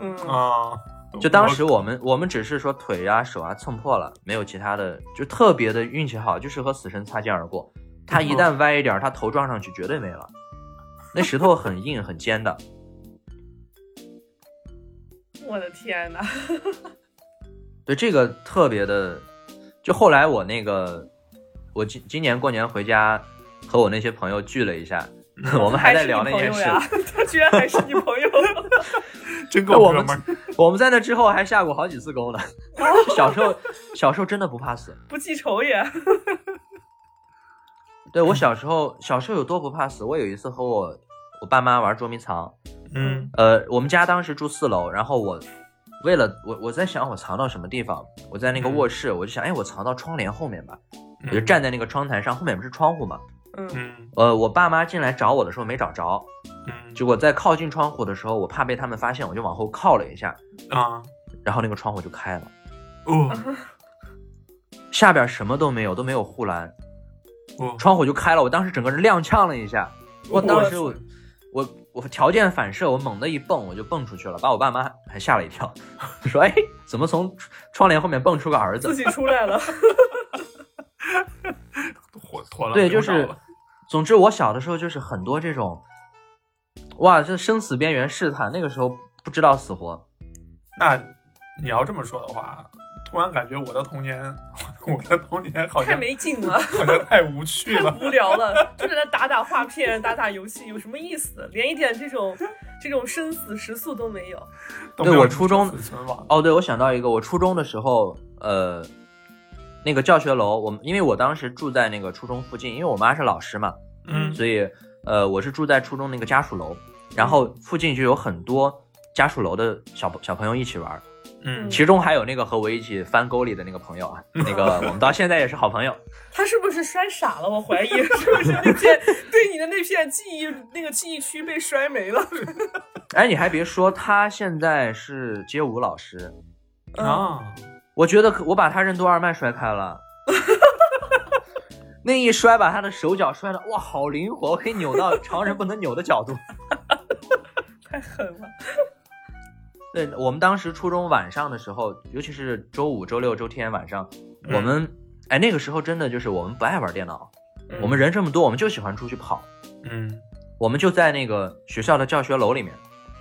嗯，
啊，
就当时我们我们只是说腿呀、手啊蹭破了，没有其他的，就特别的运气好，就是和死神擦肩而过。他一旦歪一点儿，他头撞上去绝对没了。那石头很硬很尖的，
我的天哪！
对这个特别的。就后来我那个，我今今年过年回家和我那些朋友聚了 一下，我们还在聊那
还
件
是你。朋友
事
呀， 他居然还是你朋友，
真够
我
哥
们
们儿，
我们在那之后还下过好几 次沟呢。
哦
小时候小时候真的不怕死，
不记仇也。
对我小时候，小时候有多不怕死？我有一次和我我爸妈玩捉迷藏，
嗯
呃，我们家当时住四楼，然后我为了我我在想我藏到什么地方，我在那个
嗯
卧室，我就想，哎，我藏到窗帘后面吧，我就
嗯
站在那个窗台上，后面不是窗户嘛，
嗯，
嗯
呃，我爸妈进来找我的时候没找着，
嗯
结果在靠近窗户的时候，我怕被他们发现，我就往后靠了一下，
啊
然后那个窗户就开了，
嗯
哦
下边什么都没有，都没有护栏，
哦，
窗户就开了，我当时整个人踉跄了一下，我当时我我我条件反射，我猛地一蹦，我就蹦出去了，把我爸妈还吓了一跳， 说哎，怎么从窗帘后面蹦出个儿
自
子？
己出来了。
妥妥了，
对，
留
就
着
是
了，
总之我小的时候就是很多这种，哇，这生死边缘试探，那个时候不知道死活。
那你要这么说的话，突然感觉我的童年， 我的童年好
太
像
没劲了，
好像太无趣
太
了，
无聊了，就在那打打画片、打打游戏，有什么意思？连一点这种这种生死时速都没有。
都没有
我初中
死存亡，
哦，对，我想到一个，我初中的时候，呃，那个教学楼，我们因为我当时住在那个初中附近，因为我妈是老师嘛，
嗯
所以呃，我是住在初中那个家属楼，然后附近就有很多家属楼的小小朋友一起玩儿，
嗯
其中还有那个和我一起翻沟里的那个朋友啊，那个我们到现在也是好朋友。
他是不是摔傻了？我怀疑是不是那片对你的那片记忆那个记忆区被摔没 了？
哎，你还别说，他现在是街舞老师，
嗯
啊，
我觉得可我把他任督二脉摔开了。 那一摔，把他的手脚摔的哇，好灵活，可以扭到常人不能扭的角度。
太狠了。
对我们当时初中晚上的时候，尤其是周五、周六、周天晚上，
嗯
我们哎那个时候真的就是我们不爱玩电脑，
嗯
我们人这么多，我们就喜欢出去跑，
嗯
我们就在那个学校的教学楼里面，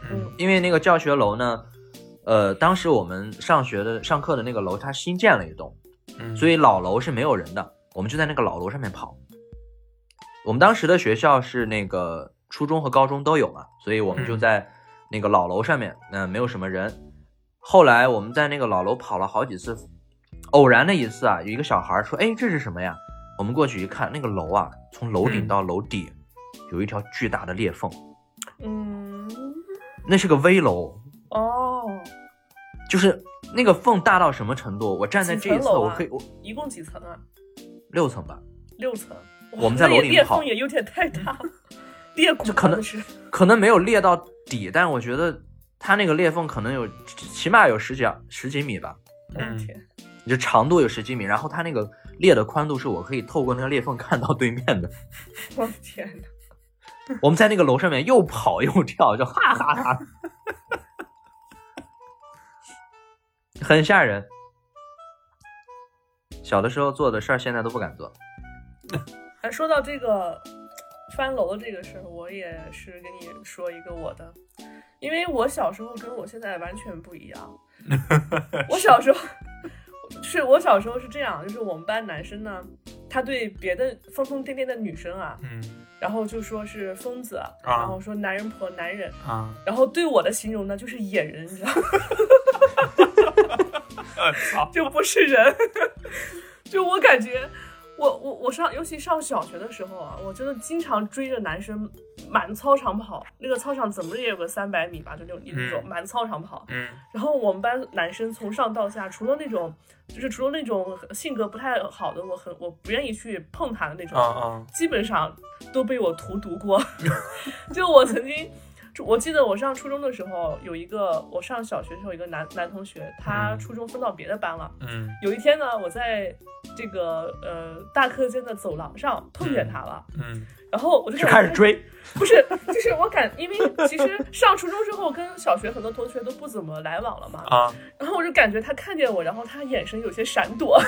嗯
因为那个教学楼呢，呃，当时我们上学的上课的那个楼，它新建了一栋，
嗯，
所
以
以老楼是没有人的，我们就在那个老楼上面跑。我们当时的学校是那个初中和高中都有嘛，所以我们就
嗯
在那个老楼上面，嗯、没有什么人。后来我们在那个老楼跑了好几次，偶然的一次啊，有一个小孩说：“哎，这是什么呀？”我们过去一看，那个楼啊，从楼顶
嗯
到楼底、有一条巨大的裂缝，
嗯，
那是个危楼，
哦，
就是那个缝大到什么程度？我站在
几
这一
层
侧，
楼
我
啊
可以我
一共几层啊？
六层吧，
六层。哇
我们在
那
楼
也
顶
裂
跑嗯
缝也有点太大了，裂谷
就可能
真的是。
可能没有裂到底，但我觉得它那个裂缝可能有起码有十几十几米吧，
我的
嗯
天，
就长度有十几米，然后它那个裂的宽度是我可以透过那个裂缝看到对面的。
我的天哪！
我们在那个楼上面又跑又跳，就哈哈哈很吓人。小的时候做的事儿，现在都不敢做。
哎，说到这个翻楼的这个事儿，我也是跟你说一个我的，因为我小时候跟我现在完全不一样。我小时候是我小时候是这样，就是我们班男生呢，他对别的疯疯癫癫的女生啊，
嗯
然后就说是疯子，啊然后说男人婆、男人，
啊，
然后对我的形容呢就是野人，你知道吗？
呃操，
就不是人，就我感觉我我我上，尤其上小学的时候啊，我真的经常追着男生满操场跑，那个操场怎么着也有个三百米吧，就那种一直走，
嗯
满操场跑。
嗯
然后我们班男生从上到下，除了那种就是除了那种性格不太好的，我很我不愿意去碰他的那种，
啊啊
基本上都被我荼毒过。 就我曾经，就我记得我上初中的时候，有一个我上小学的时候有一个男男同学，他
嗯
初中分到别的班了。
嗯
有一天呢，我在这个呃大课间的走廊上碰见他了，
嗯
然后我就
就开始，追，
不是，就是我感，因为其实上初中之后跟小学很多同学都不怎么来往了嘛，
啊
然后我就感觉他看见我，然后他眼神有些闪躲，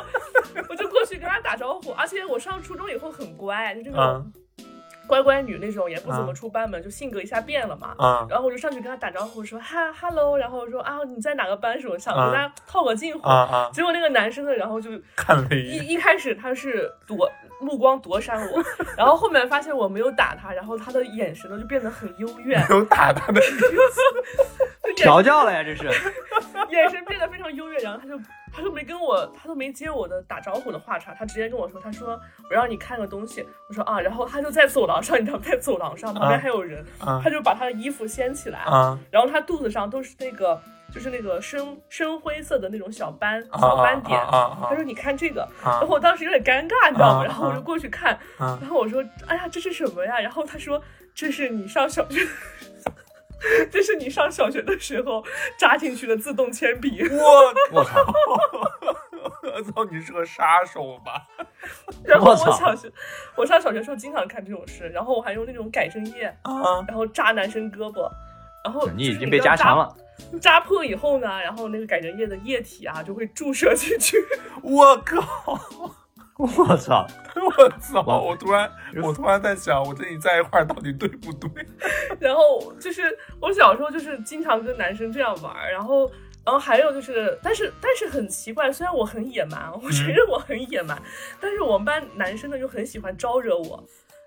我就过去跟他打招呼，而且我上初中以后很乖，就这
啊
种
嗯
乖乖女那种，也不怎
啊
么出班门，就性格一下变了嘛。
啊
然后我就上去跟他打招呼，说哈 hello，然后我说啊你在哪个班什么，想
啊
嗯
跟他套个近乎。
啊啊！
结果那个男生呢，然后就
看了一眼，
一一开始他是躲目光躲闪 我，然后后面发现我没有打他，然后他的眼神呢就变得很幽怨，
没有打他的意思。
调教了呀，这是。
眼神变得非常优越，然后他就他都没跟我，他都没接我的打招呼的话茬，他直接跟我说，他说我让你看个东西，我说啊，然后他就在走廊上，你知道在走廊上旁边还有人，
啊
他就把他的衣服掀起来，
啊
然后他肚子上都是那个就是那个深深灰色的那种小斑
啊
小斑点。
啊啊
他说：“你看这个。”
啊
然后我当时有点尴尬，你知道
啊
吗？然后我
啊
就过去看，
啊
然后我说：“哎呀，这是什么呀？”然后他说：“这是你上小学， 这是你上小学的时候扎进去的自动铅笔。”
我
我操！
我操，你是个杀手吧？
然后
我
我
操
小学，我上小学的时候经常看这种诗，然后我还用那种改正液，
啊
然后扎男生胳膊，然后
你
就
已
是
经
你
被
知道
加
扎
强。了，
扎破以后呢，然后那个改正液的液体啊就会注射进去。
我靠！
我操！
我操！
哇
我突然，我突然在想，我跟你在一块儿到底对不对？
然后就是我小时候就是经常跟男生这样玩儿，然后。然后还有就是，但是但是很奇怪，虽然我很野蛮，我承认我很野蛮，但是我们班男生呢又很喜欢招惹我，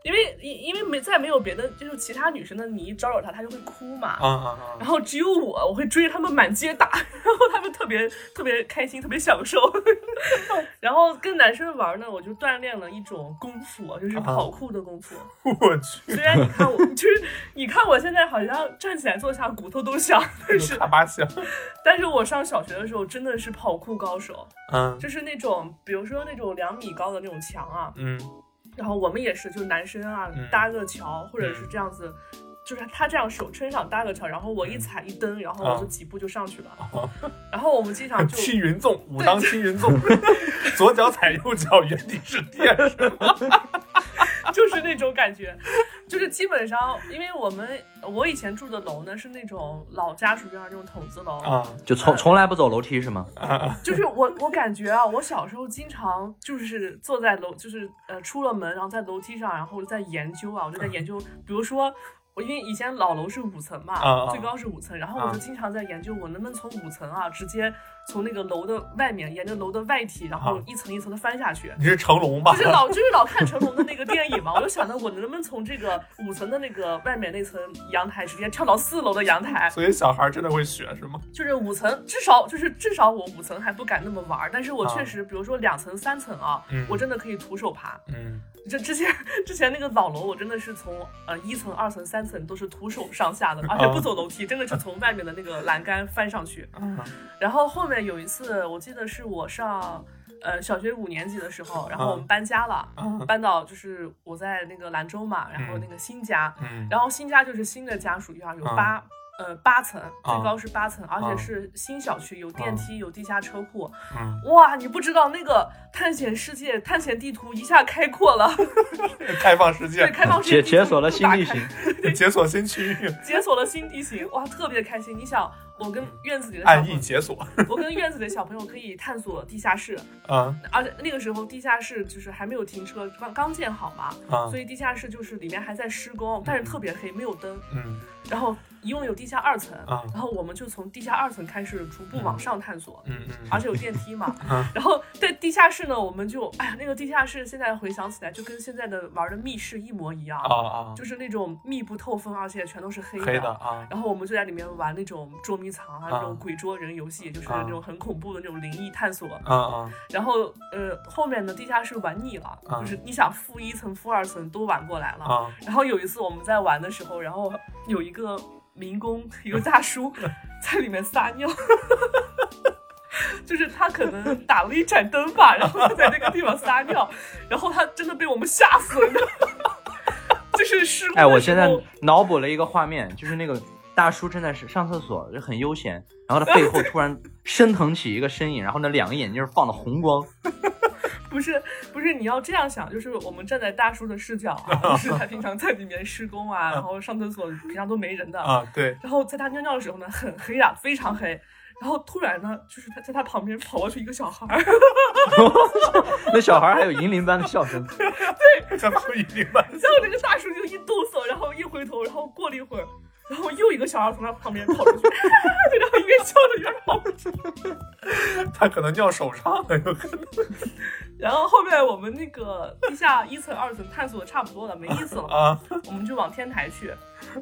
因为因因为没再没有别的，就是其他女生呢，你一招惹她，她就会哭嘛，
啊啊
然后只有我，我会追着他们满街打， 然后他们特别特别开心，特别享受。 然后跟男生玩呢，我就锻炼了一种功夫，啊就是跑酷的功夫。
啊！ 我去，
虽然你看我， 就是你看我现在好像站起来坐下骨头都响，但是
卡巴啊响。
但是我上小学的时候真的是跑酷高手，
嗯
就是那种比如说那种两米高的那种墙啊，
嗯
然后我们也是，就是男生啊
嗯
搭个桥，或者是这样子，就是他这样手撑上搭个桥，然后我
嗯
一踩一蹬，然后我
啊
就几步就上去了。
哦
然后我们经常就
七啊云纵，武当七云纵， 左脚踩右脚，原地是天上。
就是那种感觉，就是基本上，因为我们我以前住的楼呢是那种老家属院那种筒子楼，
啊
就从从来不走楼梯是吗？
啊
就是我我感觉啊，我小时候经常就是坐在楼，就是呃出了门，然后在楼梯上，然后在研究啊，我就在研究，比如说。我因为以前老楼是五层嘛，
啊啊
最高是五层，然后我就经常在研究我能不能从五层啊，直接从那个楼的外面，沿着楼的外体，然后
啊
一层一层的翻下去。
你是成龙吧
就？是 老就是老看成龙的那个电影嘛，我就想到我能不能从这个五层的那个外面那层阳台直接跳到四楼的阳台，
所以小孩真的会学是吗？
就是五层，至少就是至少我五层还不敢那么玩儿，但是我
啊
确实，比如说两层、三层啊，
嗯
我真的可以徒手爬。
嗯，
这之前之前那个老楼，我真的是从呃一层、二层、三层都是徒手上下的，
啊
而且不走楼梯，真的是从外面的那个栏杆翻上去。然后后面有一次，我记得是我上呃小学五年级的时候，然后
啊
我们搬家了，搬到就是我在那个兰州嘛，然后那个新家，
嗯
然后新家就是新的家属院，有
嗯
八、呃八层，最
啊
高是八层，而
啊
且是新小区，有电梯，有地下车库。
嗯
哇，你不知道那个探险世界、探险地图一下开 阔了，
开放世界，
对，开放世界
解
地
解
图
锁了
就
新
打
地
开
形，
解锁新区域，
解锁了新地形，哇，特别开心。你想，我跟院子里的小
暗
朋
意解锁
友，我跟院子里的小朋友可以探索地下室，
啊
而且那个时候地下室就是还没有停车，刚刚建好嘛，
啊
所以地下室就是里面还在施工，但是特别黑，没有灯。
嗯
然后一共有地下二层，
啊
然后我们就从地下二层开始逐步往上探索，
嗯嗯
而且有电梯嘛
嗯。
然后在地下室呢，我们就哎呀，那个地下室现在回想起来就跟现在的玩的密室一模一样，
啊啊，
就是那种密不透风，而且全都是黑
黑的啊，
然后我们就在里面玩那种捉迷藏啊，
啊
那种鬼捉人游戏，就是
啊
那种很恐怖的那种灵异探索。
啊啊
然后呃，后面的地下室玩腻了，
啊
就是你想负一层、负二层都玩过来了。
啊
然后有一次我们在玩的时候，然后有一个民工，一个大叔在里面撒尿。 就是他可能打了一盏灯吧，然后在那个地方撒尿，然后他真的被我们吓死了，你知 道吗就是施工的时
哎，
候。
我现在脑补了一个画面，就是那个大叔正在上厕所，就很悠闲，然后他背后突然升腾起一个身影，然后那两个眼睛是放的红光，
不是不是，你要这样想，就是我们站在大叔的视角啊，就是他平常在里面施工啊，然后上厕所平常都没人的，
啊，对，
然后在他尿尿的时候呢，很黑啊，非常黑。然后突然呢，就是他在他旁边跑过去一个小孩儿，
那小孩还有银铃般的笑声。
这不一定吧？
然后那个大叔就一哆嗦，然后一回头，然后过了一会儿，然后又一个小孩从他旁边跑出去， 然后越笑着越跑出去。
他可能尿手上了，有可能
然后后面我们那个地下一层、二层探索的差不多了，没意 思了，
啊
我们就往天台去。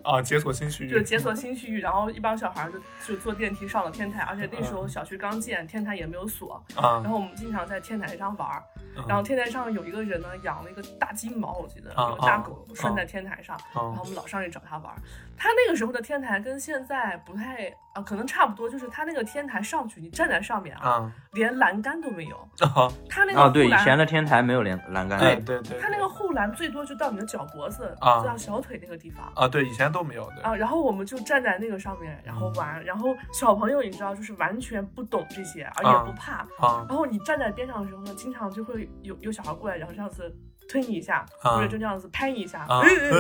啊，解锁新区
就是
域
解锁新区域，然后一帮小孩儿就就坐电梯上了天台，而且那时候小区刚建，天台也没有锁，
啊
然后我们经常在天台上玩儿，
嗯
然后天台上有一个人呢养了一个大金毛，我记得
啊
有个大狗拴在天台上，
啊
然后我们老上去找他玩儿。他那个时候的天台跟现在不太啊，可能差不多，就是他那个天台上去，你站在上面啊，
啊
连栏杆都没有，
啊，
他那
啊，
个
对，
护
以
栏
前的天台没有栏栏杆，啊
对对对，
他那个护栏最多就到你的脚脖子，
啊
就到小腿那个地方。
啊，对，以前都没有的
啊，然后我们就站在那个上面，然后玩，然后小朋友你知道，就是完全不懂这些，而
啊
也不怕。
啊
然后你站在边上的时候呢，经常就会有有小孩过来，然后这样子推你一下，
啊
或者就这样子拍你一下，
啊，
嗯
对
嗯嗯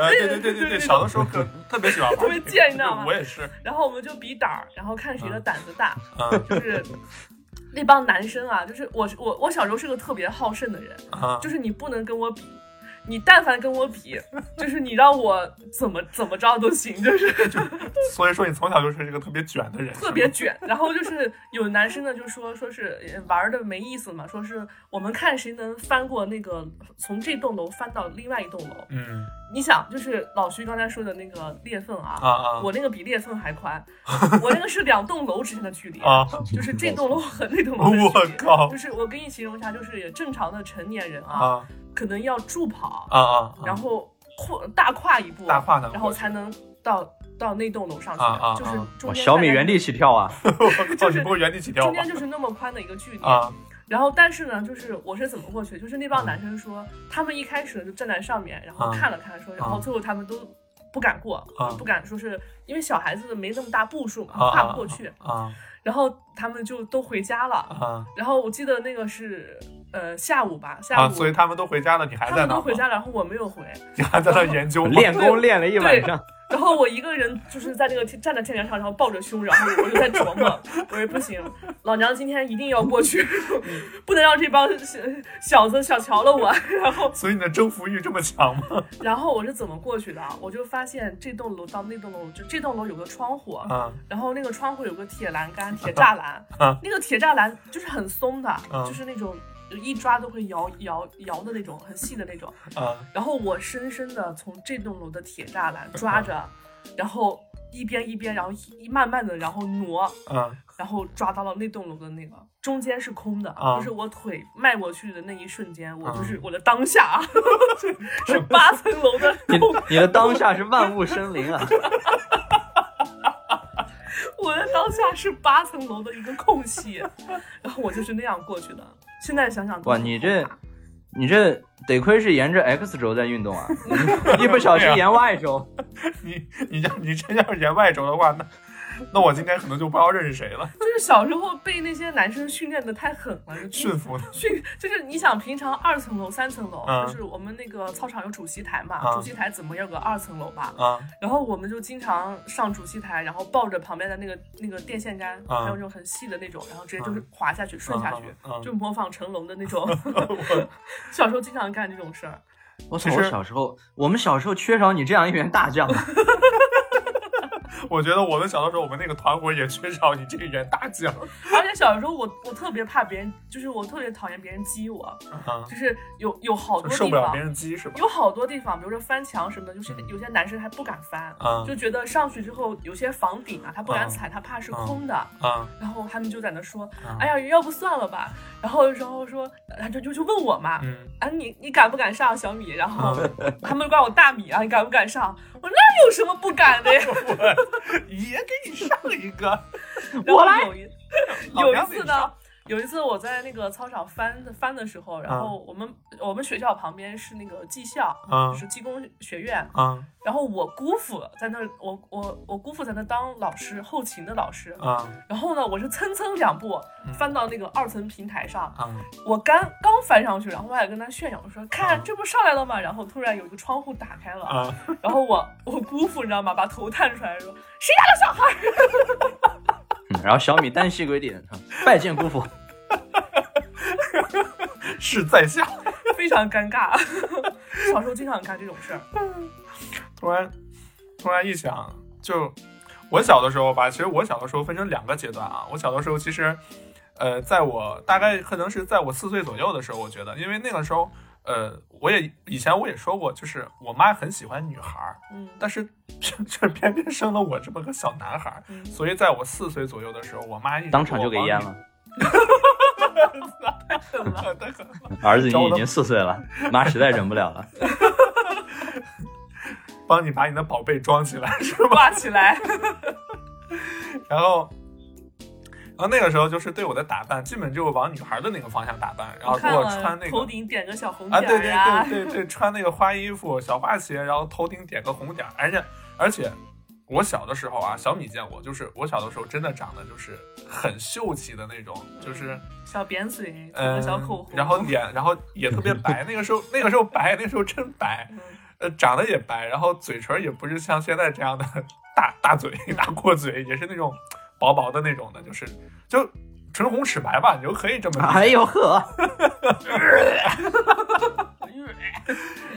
嗯
对对对对，小的时候可特别喜欢玩，
特别贱你知道吗
我也是，
然后我们就比胆儿，然后看谁的胆子大，
啊
就是。那帮男生啊，就是我我我小时候是个特别好胜的人，
啊，
就是你不能跟我比，你但凡跟我比，就是你让我怎么怎么着都行，就是
所以说你从小就是一个特别卷的人，
特别卷。然后就是有男生呢就说说是呃玩的没意思嘛，说是我们看谁能翻过那个从这栋楼翻到另外一栋楼。
嗯
你想，就是老徐刚才说的那个裂缝啊，
啊啊
我那个比裂缝 还宽，我那个是两栋楼之间的距离，
啊，
就是这栋楼和那栋楼的
我
距离。
靠
就是我给你形容一下，就是正常的成年人啊，
啊
可能要助跑，
啊啊，
然后跨大跨一步，
大跨能过去
然后才能到到那栋楼上去，
啊啊啊
就是中
哇，
间
小
大
米
概
原地起跳啊！
我靠，
就
你
是
不会原地起跳
中
吧
间？就是那么宽的一个距离。
啊
然后，但是呢，就是我是怎么过去？就是那帮男生说，他们一开始就站在上面，然后
啊
看了看说，然后最后他们都不敢过，
啊
不敢说是因为小孩子没那么大步数嘛，
啊
跨不过去。
啊
然后他们就都回家了。
啊
然后我记得那个是呃下午吧，下
啊！
午、
所以他们都回家了，你还
他
在
们
那
都
吗？
回家了，然后我没有回。
你还在那研究吗
练功练了一晚上，
然后我一个人就是在那个天站在天台上，然后抱着胸，然后我就在琢 磨，我说不行，老娘今天一定要过去，不能让这帮小小子小瞧了我。然后，
所以你的征服欲这么强吗？
然后我是怎么过去的啊？我就发现这栋楼到那栋楼，就这栋楼有个窗户，
啊
然后那个窗户有个铁栏杆、铁栅栏
啊，
那个铁栅栏就是很松的，
啊
就是那种一抓都会摇摇摇的那种，很细的那种。
啊
然后我深深的从这栋楼的铁栅 栏抓着，然后一边一边，然后一慢慢的，然后挪，
啊
然后抓到了那栋楼的那个中间是空的，
啊
就是我腿迈过去的那一瞬间，我
啊
就是我的当下啊， 是是八层楼的
你你的当下是万物生灵啊！
我的当下是八层楼的一个空隙，然后我就是那样过去的。现在想想都
哇，
很
你
后
这
怕
你这得亏是沿着 X 轴在运动啊，一不小心沿 Y 轴。
你你要你真要是言外轴的话，那那我今天可能就不知道认识谁了，
就是小时候被那些男生训练的太狠了，就
驯服了
去就是你想平常二层楼、三层楼，
嗯
就是我们那个操场有主席台嘛，
啊
主席台怎么也有个二层楼吧。
啊
然后我们就经常上主席台，然后抱着旁边的那个那个电线杆，
啊
还有那种很细的那种，然后直接就是滑下去、顺下去，
啊啊
就模仿成龙的那种。
嗯
小时候经常干这种事儿，
我操！
其
我
实
小时候，我们小时候缺少你这样一员大将啊，
我觉得我们小的时候，我们那个团伙也缺少你这个员大将。
而且小时候我我特别怕别人，就是我特别讨厌别人激我，
啊
就是有有好多
受
地
不了
方
别，人激是吧？
有好多地方，比如说翻墙什么的，就是
嗯
有些男生还不敢翻，
啊
就觉得上去之后有些房顶啊，他不
啊
敢踩，他怕是空的。
啊！
然后他们就在那说
啊：“
哎呀，要不算了吧。”然后，然后说，他就就就问我嘛，
嗯，啊
啊，你你敢不敢上小米？然后他们管我大米啊，你敢不敢上？我说那有什么不敢的呀？
也给你上一个。
然后
我来
有 一
老
有一
娘
次
得
呢
上，
有一次我在那个操场翻翻的时候，然
嗯
后我们、我们学校旁边是那个技校，
啊
就是技工学院，
啊
然后我姑父在那儿，我我我姑父在那当老师，后勤的老师。
啊
然后呢，我是蹭蹭两步
嗯
翻到那个二层平台上，
啊！
我刚刚翻上去，然后我还跟他炫耀，我说
啊
看这不上来了吗？然后突然有一个窗户打开了，
啊！
然后我我姑父你知道吗，把头探出来说谁家的小孩儿？
嗯然后小米单膝跪地，拜见姑 父。
是在下。
非常尴尬。 小时候经常干这种事儿，
突然突然一想，就我小的时候吧，其实我小的时候分成两个阶段啊。我小的时候其实，呃，在我大概可能是在我四岁左右的时候，我觉得，因为那个时候，呃，我也以前我也说过，就是我妈很喜欢女孩儿，
嗯
但是却偏偏生了我这么个小男孩儿，
嗯，
所以在我四岁左右的时候，我妈一直
当场就给
我往
淹
女
了。
怎 么了？
儿子你已经四岁了，妈实在忍不了了。
帮你把你的宝贝装起来， 是吧？
挂起来，
然后，然后那个时候就是对我的打扮，基本就往女孩的那个方向打扮，然后
我
啊给
看
我
了
穿那个
头顶点个小红
啊，
点
对
儿
对
呀，
对对对，穿那个花衣服、小花鞋，然后头顶点个红点儿，而且而且我小的时候啊，小米见过，就是我小的时候真的长得就是很秀气的那种，就是
小扁嘴，涂
嗯
个小口红，啊
然后脸，然后也特别白，那个时候那个时候白，那个时候真白，
嗯
呃，长得也白，然后嘴唇也不是像现在这样的大大嘴 大阔嘴，也是那种薄薄的那种的，就是就唇红齿白吧，你就可以这么理解
哎呦呵，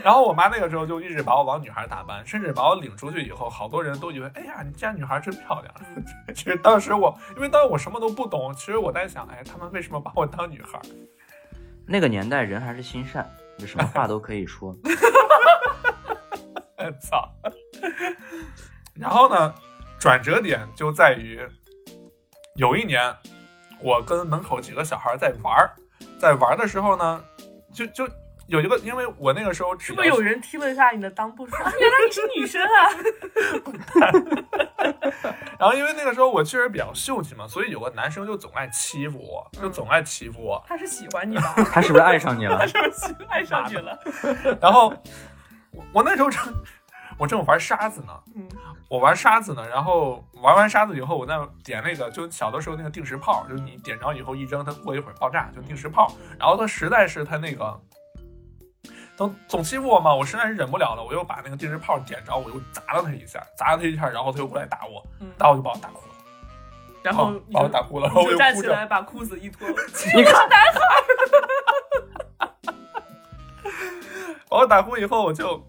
然后我妈那个时候就一直把我往女孩打扮，甚至把我领出去以后，好多人都以为，哎呀，你家女孩真漂亮。 其实当时我，因为当时我什么都不懂，其实我在想，哎，他们为什么把我当女孩？
那个年代人还是心善，就什么话都可以说。
哎 操！然后呢，转折点就在于有一年，我跟门口几个小孩在玩儿，在玩儿的时候呢，就就有一个，因为我那个时候只
是
要
不是有人踢了一下你的裆部说啊原来你是女生啊？
然后因为那个时候我确实比较秀气嘛，所以有个男生就总爱欺负我，就
嗯
总爱欺负我。
他是喜欢你 吧？
他是不是爱上你 了？
是不是爱上你了？
然后我我那时候正我正玩沙子呢，
嗯，
我玩沙子呢，然后玩完沙子以后，我再点那个，就小的时候那个定时炮，就你点着以后一扔，它过一会儿爆炸，就定时炮。然后它实在是它那个。总总欺负我嘛，我实在是忍不了了，我又把那个定时炮点着，我又砸了他一下，砸了他一下，然后他又过来打我，
嗯
打我就把我打哭了，
然后
把我
你
哦把我
就
打哭了，然后我
你就
又
站
哭
起
着，
来把裤子一 脱，
你看，
把我打哭以后，我就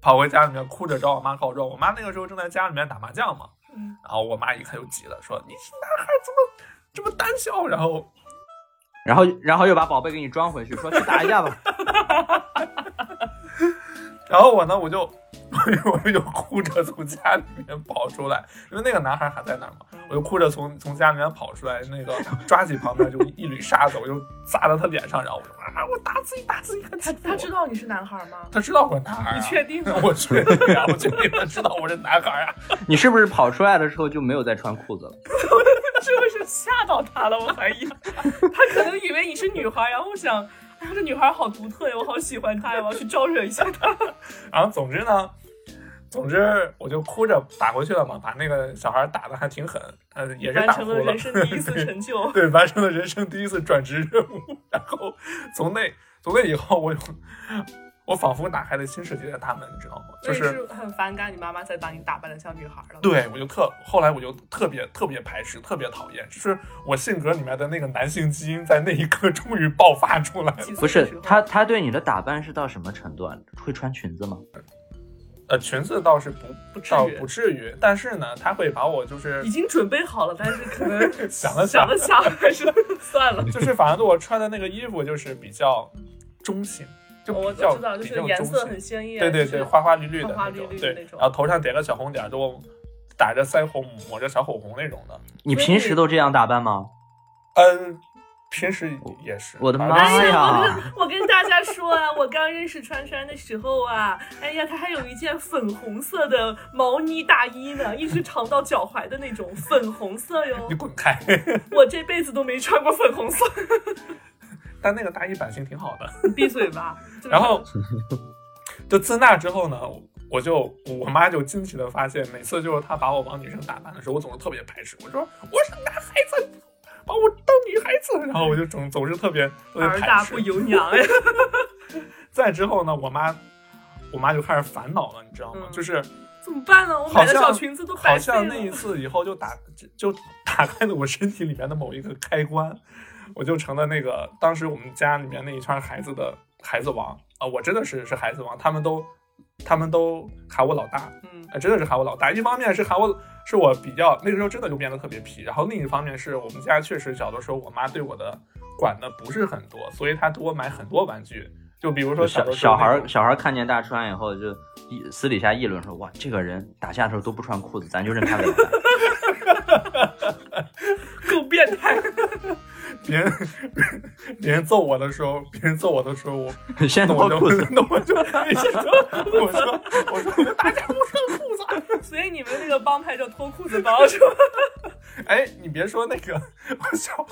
跑回家里面哭着找我妈告状。我妈那个时候正在家里面打麻将嘛，
嗯
然后我妈一看就急了，说：“你是男孩怎么这么胆小？”然后
然后然后又把宝贝给你装回去，说去打一架吧。
然后我呢，我就 我就哭着从家里面跑出来，因为那个男孩还在那儿嘛，我就哭着从从家里面跑出来， 那个抓起旁边就一缕沙子，我就砸到他脸上，然后我说：“啊，我打自己，打自己！”他
他他知道你是男孩吗？
他知道我是男孩、啊，？
你确定吗
我确定啊，我确定他知道我是男孩啊。
你是不是跑出来的时候就没有再穿裤子了？
是不是吓到他了？我怀 疑，他可能以为你是女孩，然后想，哎呀，这女孩好独特呀，我好喜欢她呀，我要去招惹一下她。
然后总之呢，总之我就哭着打回去了嘛，把那个小孩打的还挺狠，呃， 也是
完
打
成
哭
了
了
人生第一次
对
成就，
对，完成了人生第一次转职任务。然后从那从那以后我，就我仿佛打开了新世界的大门，你知道吗？就
所以
是
是很反感你妈妈在把你打扮的像女孩了。，
对我就特后来我就特别特别排斥，特别讨厌，就是我性格里面的那个男性基因在那一刻终于爆发出来了。
几岁的
不是
时候
他，他对你的打扮是到什么程度啊？会穿裙子吗？
呃，裙子倒是不
不至
倒
于
不至于，但是呢，他会把我就是
已经准备好了，但是可能
想了
想
想
了，想还是算了。
就是反正我穿的那个衣服就是比较中性，就
哦我我
比
知
较
道，就
比
是
较
颜
中
色
性
很，鲜艳，
对对
就是
对，花花绿绿的
花花
那种
绿绿，的
对
那，种
然后头上点个小红点儿，就打着腮红抹着小口红那种的。
你平时都这样打扮吗？
嗯，平时也是。
我的
反
哎
妈
正
呀！
我跟大家说啊，我刚认识川川的时候啊，哎呀，他还有一件粉红色的毛呢大衣呢，一直长到脚踝的那种粉红色哟
你。滚开！
我这辈子都没穿过粉红色，
但那个大衣版型挺好的。
你闭嘴吧。就是
然后就自那之后呢，我就我妈就惊奇的发现，每次就是她把我往女生打扮的时候，我总是特别排斥。我说我是男孩子，把我当女孩子，然后我就总总是特别特别
儿大
排
不
斥。
由娘呀，
再之后呢，我妈我妈就开始烦恼了，你知道吗？
嗯
就是
怎么办呢？我买的小裙子都
好
白费
像那一
了。
次以后就打就就打开了我身体里面的某一个开关，我就成了那个当时我们家里面那一圈孩子的孩子王啊、我真的是是孩子王，他们都他们都喊我老大，
嗯
呃真的是喊我老大。一方面是喊我是我比较那个时候真的就变得特别皮，然后另一方面是我们家确实小的时候我妈对我的管的不是很多，所以她给我买很多玩具，就比如说小
小
的时候
小孩
那
儿
种
小孩儿看见大川以后就一私底下议论说：“哇，这个人打架的时候都不穿裤子，咱就认他为老大。
够变态！
别人别人揍我的时候，别人揍我的时候我。”
先
那我
脱
就
裤子，
那我 就，我说我说大家不穿裤子。
所以你们那个帮派叫脱裤子帮是吧？
哎，你别说那个，我小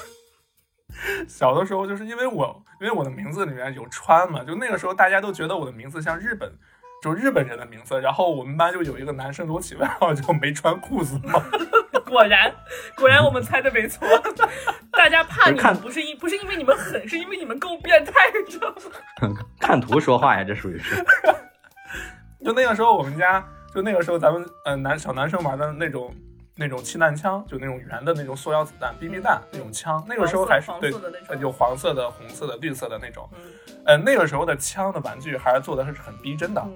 小的时候，就是因为我因为我的名字里面有川嘛，就那个时候大家都觉得我的名字像日本，就日本人的名字。然后我们班就有一个男生给我起外号叫没穿裤子嘛。
果然，果然我们猜的没错。 大家怕你
看
们不是因不是因为你们狠，是因为你们够变态，你知道吗？
看图说话呀，这属于是。
就那个时候我们家，就那个时候咱们呃男小男生玩的那种。那种气弹枪，就那种圆的那种塑料子弹、BB 弹那种枪，那个时候还是
黄色
对
黄色的那种
呃有黄色的、红色的、绿色的那种。呃，那个时候的枪的玩具还是做的是很逼真
嗯
的。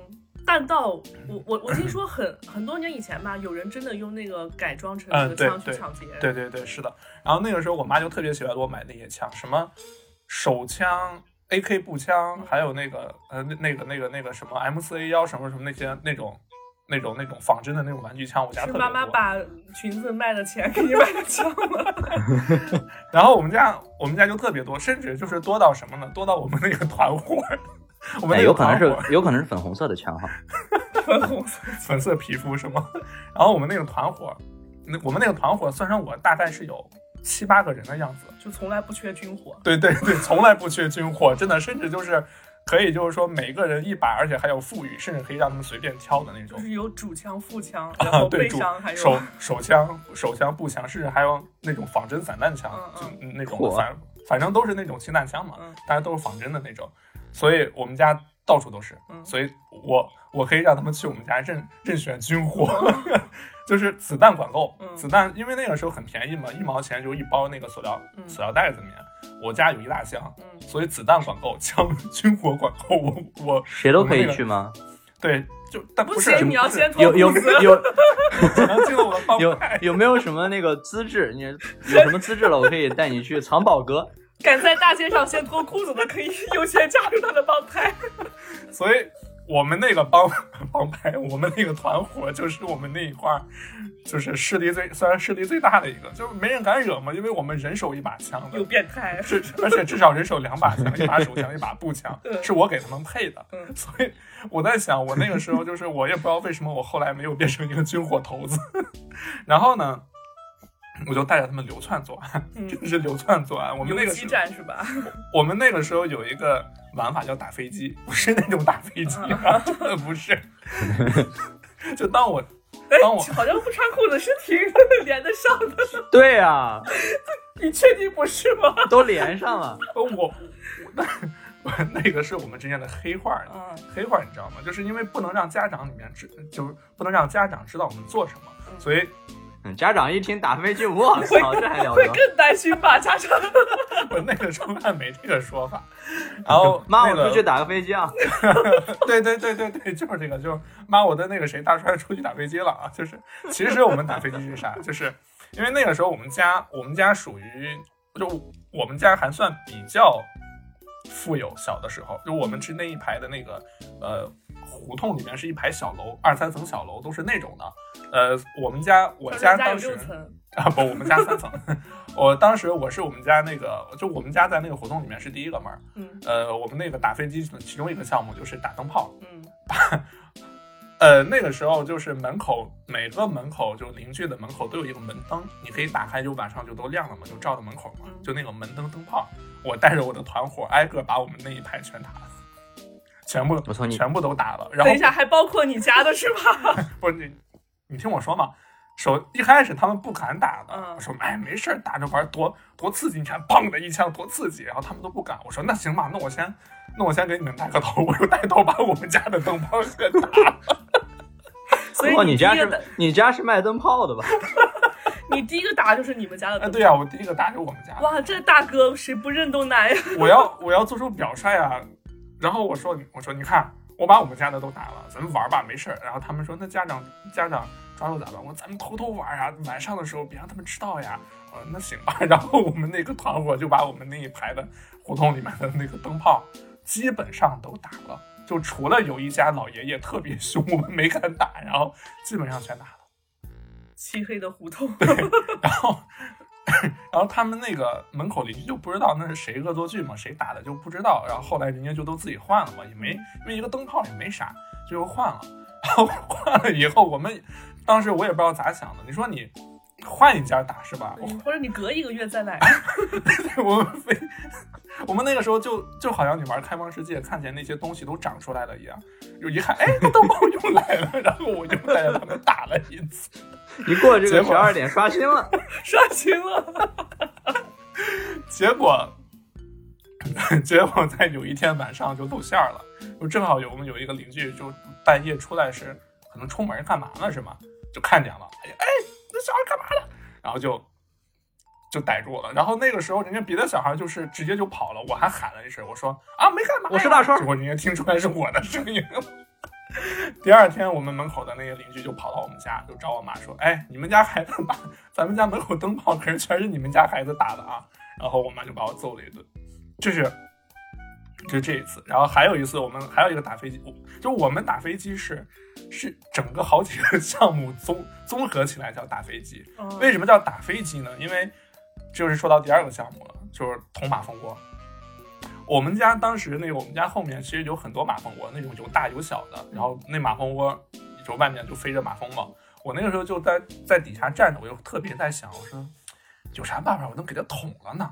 弹道，我我我听说很很多年以前吧，有人真的用那个改装成
嗯
这个枪去
对
抢劫。
对对对，是的。然后那个时候我妈就特别喜欢给我买那些枪，什么手枪、AK 步枪，还有那个呃那那个那个那个什么 M 四 A 幺什么什么那些那种那种那种仿真的那种玩具枪，我家
是
特别
妈妈
多
把裙子卖的钱给你买的枪吗？
然后我们家我们家就特别多，甚至就是多到什么呢？多到我们那个团伙儿，我们
哎，
那
有
个
可能
团伙儿、
是有可能是粉红色的枪哈。
粉红色。
粉色皮肤什么。然后我们那个团伙儿，那我们那个团伙儿算上我大概是有七八个人的样子。
就从来不缺军火，
对对对，从来不缺军火，真的，甚至就是可以就是说每个人一把，而且还有富裕，甚至可以让他们随便挑的那
就
种。啊
是有主枪、副 枪，然后
对，
背
主
枪，还有
手手枪、手枪、步枪，甚至还有那种仿真散弹枪，就
嗯
那种
嚯
反反正都是那种霰弹枪嘛
嗯，
大家都是仿真的那种，所以我们家到处都是，
嗯
所以我我可以让他们去我们家任任选军火， 就是子弹管够，
嗯
子弹因为那个时候很便宜嘛，一毛钱就一包那个塑料、
嗯
塑料袋子里面，我家有一大箱，
嗯
所以子弹管够，枪军火管够，我我
谁都
我
可
们那
以
个
去吗？
对就但
不
不是
行你要先脱
有有
裤子
有
只能进入我的 帮
有
派。
有没有什么那个资质？你有什么资质了？我可以带你去藏宝阁。
敢在大街上先脱裤子的，可以优先加入他的帮派。
所以我们那个帮帮派，我们那个团伙，就是我们那一块儿，就是势力最虽然势力最大的一个，就是没人敢惹嘛，因为我们人手一把枪
有
的，
变态，
是而且至少人手两把枪，一把手枪，一把步 枪，
嗯
是我给他们配的。
嗯
所以我在想，我那个时候就是我也不知道为什么我后来没有变成一个军火头子， 然后呢。我就带着他们流窜作案，
嗯
真的是流窜作案。我们那
游
个
击
时候
战是吧？
我们那个时候有一个玩法叫打飞机，不是那种打飞机、 啊，真的不是。 就当我
哎
当我，
好像不穿裤子是挺 连得上的，
对呀、
你确定不是吗？
都连上了。
我我那那个是我们之间的黑话儿，
嗯
黑话儿你知道吗？就是因为不能让家长里面知，就是不能让家长知道我们做什么，所以
嗯家长一听打飞机，我操，这还了得？
更担心吧，家长。
我那个时候还没这个说法。然后
妈，
那
我
个
出去打个飞机啊！
对对对对对，就是这个，就是妈，我的那个谁大帅出去打飞机了啊！就是其实我们打飞机是啥？就是因为那个时候我们家我们家属于就我们家还算比较富有，小的时候就我们是那一排的那个呃胡同里面是一排小楼，二三层小楼都是那种的。呃，我们家 我家
家有
当时
六层，
啊不，我们家三层。 我当时我是我们家那个，就我们家在那个胡同里面是第一个门儿。
嗯
呃，我们那个打飞机的其中一个项目就是打灯泡。
嗯
呃，那个时候就是门口每个门口就邻居的门口都有一个门灯，你可以打开，就晚上就都亮了嘛，就照到门口嘛，
嗯
就那个门灯灯泡。我带着我的团伙挨个把我们那一排全打了，全部
我操你
全部都打了。然后
等一下，还包括你家的是 吧？
不是你，你听我说嘛，首一开始他们不敢打的，
嗯
说哎没事儿打着玩儿多多刺激，你看砰的一枪多刺激，然后他们都不敢。我说那行吧，那我先那我先给你们带个头，我又带头把我们家的灯泡给 打了。
所以
哦，你家
第一个
是你家是卖灯泡的吧？
你第一个打就是你们家的
啊，
灯。
对呀、我第一个打是我们家的，
哇，这大哥谁不认啊都难呀！
我要我要做出表率啊。然后我说我说你看，我把我们家的都打了，咱们玩吧，没事儿。然后他们说那家长家长抓住咋办？我说咱们偷偷玩啊，晚上的时候别让他们知道呀。我说那行 吧。然后我们那个团伙就把我们那一排的胡同里面的那个灯泡基本上都打了，就除了有一家老爷爷特别凶，我们没敢打，然后基本上全打了。
漆黑的 胡同，
然后， 然后他们那个门口邻居就不知道那是谁恶作剧嘛，谁打的就不知道。然后后来人家就都自己换了嘛，也没因为一个灯泡也没啥，就又换了。 然后换了以后，我们当时我也不知道咋想的，你说你换一家打是吧？ 我
或者你隔一个 月再来。
我们非， 我们那个时候就就好像你玩开放世界，看见那些东西都长出来了一样，就一看，哎，那灯泡又来了， 然后我就带着他们打了一次。
一过这
结
个
果
十二点刷新了，
刷新了，
结果，结果在有一天晚上就露馅儿了，就正好有我们有一个邻居就半夜出来是可能出门干嘛呢是吗？就看见了，哎呀，哎，那小孩干嘛呢？然后就就逮住了。然后那个时候人家别的小孩就是直接就跑了，我还喊了一声，我说啊没干嘛呀，
我是大帅
结果人家听出来是我的声音。 第二天，我们门口的那个邻居就跑到我们家，就找我妈说：“哎，你们家孩子把咱们家门口灯泡可是全是你们家孩子打的啊！”然后我妈就把我揍了一顿，就是就这一次。然后还有一次，我们还有一个打飞机，我就我们打飞机是是整个好几个 项目综综合起来叫打飞机。
嗯
为什么叫打飞机呢？因为就是说到第二个项目了，就是捅马蜂窝。我们家当时那个，我们家后面其实有很多马蜂窝，那种有大有小的，然后那马蜂窝就外面就飞着马蜂嘛。我那个时候就在在底下站着，我就特别在想，我说有啥办法我能给它捅了呢？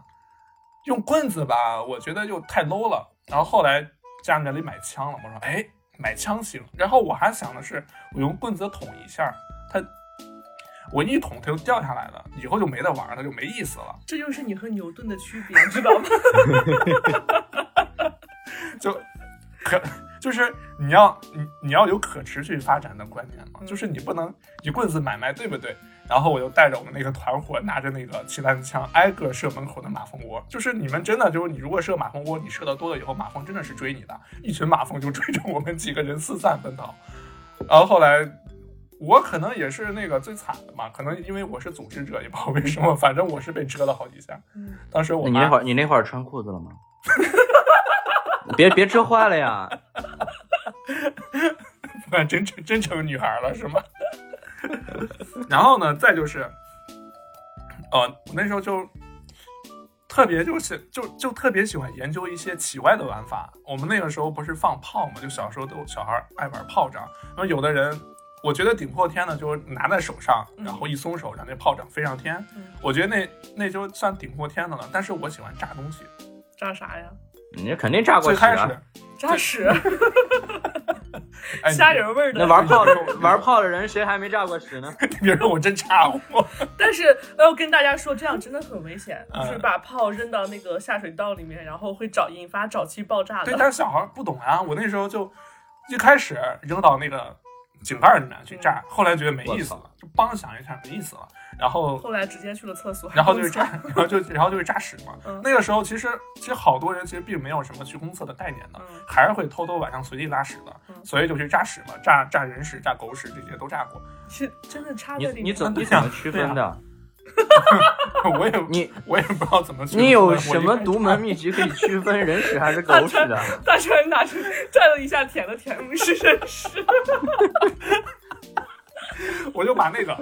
用棍子吧，我觉得又太 low 了。然后后来家里面得买枪了，我说哎，买枪行。然后我还想的是，我用棍子捅一下，它我一捅它就掉下来了，以后就没得玩了，就没意思了。
这就是你和牛顿的区别，知 道吗？
就可就是你要你你要有可持续发展的观念嘛，
嗯
就是你不能一棍子买卖，对不对？然后我就带着我们那个团伙，拿着那个气弹枪，挨个射门口的马蜂窝。就是你们真的就是你如果射马蜂窝，你射的多了以后，马蜂真的是追你的，一群马蜂就追着我们几个人四散奔逃。然后后来我可能也是那个最惨的嘛，可能因为我是组织者，也不知道为什么，反正我是被蛰了好几下。
嗯
当时我
那 你那
妈
会儿你那会儿穿裤子了吗？ 别别吃坏了呀！
真成真成女孩了是吗？ 然后呢，再就是，呃，我那时候就特别就是就就特别喜欢研究一些奇怪的玩法。我们那个时候不是放炮嘛，就小时候都小孩儿爱玩炮仗，然后有的人。我觉得顶破天的就是拿在手上，
嗯
然后一松手，让那炮仗飞上天。
嗯
我觉得那那就算顶破天的了。但是我喜欢炸东西。
炸啥呀？
你这肯定炸过
最
屎
开
啊！
始，
炸屎，
哎，
虾仁味儿
那
的。
玩炮的玩炮的人谁还没炸过屎呢？
你别让我真炸我。
但是呃我要跟大家说，这样真的很危险，
嗯
就是把炮扔到那个下水道里面，然后会找引发沼气爆炸
对，
的。
但是小孩儿不懂啊，我那时候就一开始扔到那个井盖儿里面去炸，后来觉得没意思了，就梆响一下没意思了。然后
后来直接去了厕所，
然后就是扎，然后就然后就是扎屎嘛。
嗯
那个时候其实其实好多人其实并没有什么去公厕的概念的，
嗯
还是会偷偷晚上随地拉屎的，
嗯
所以就去扎屎嘛，扎扎人屎、扎狗屎这些都扎过。
是真的插在
你
里面。
你怎
对啊
你
呀
怎么区分的？
我也
你
我也不知道怎么去。
你
我
有
一
什么
开始
独门秘籍可以区分人屎还是狗屎的？
大川拿出蘸了一下甜的甜，嗯是是 是，
我就把那个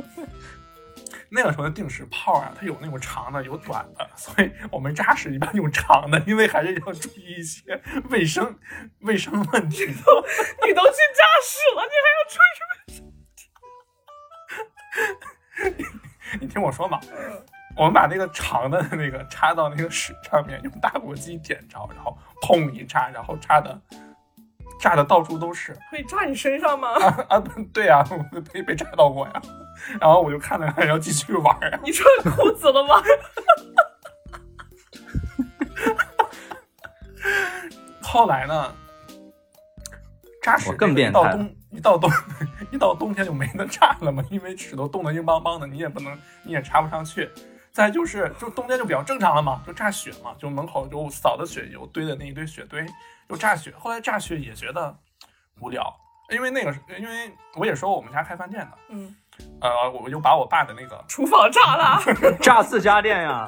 那个时候的定时炮啊，它有那种长的，有短的，所以我们扎屎一般用长的，因为还是要注意一些卫生卫生问题。
你都去扎屎了，你还要吹什么？
你听我说嘛，我们把那个长的那个插到那个屎上面，用打火机点着，然后砰一扎，然后扎的扎的到处都是。
会扎你身上吗？
啊啊，对呀、我被被扎到过呀。 然后我就看了看，然后继续玩儿啊。
你穿裤子了吗？
后来呢，扎屎
我更变
一到
态
冬一到冬 一到冬天就没得扎了嘛，因为屎都冻得硬邦邦的，你也不能你也插不上去。再就是就冬天就比较正常了嘛，就炸雪嘛，就门口就扫的雪油堆的那一堆雪堆，就炸雪。后来炸雪也觉得无聊，因为那个是因为我也说我们家开饭店的，
嗯，
呃，我就把我爸的那个
厨房 炸了，
炸自家店呀、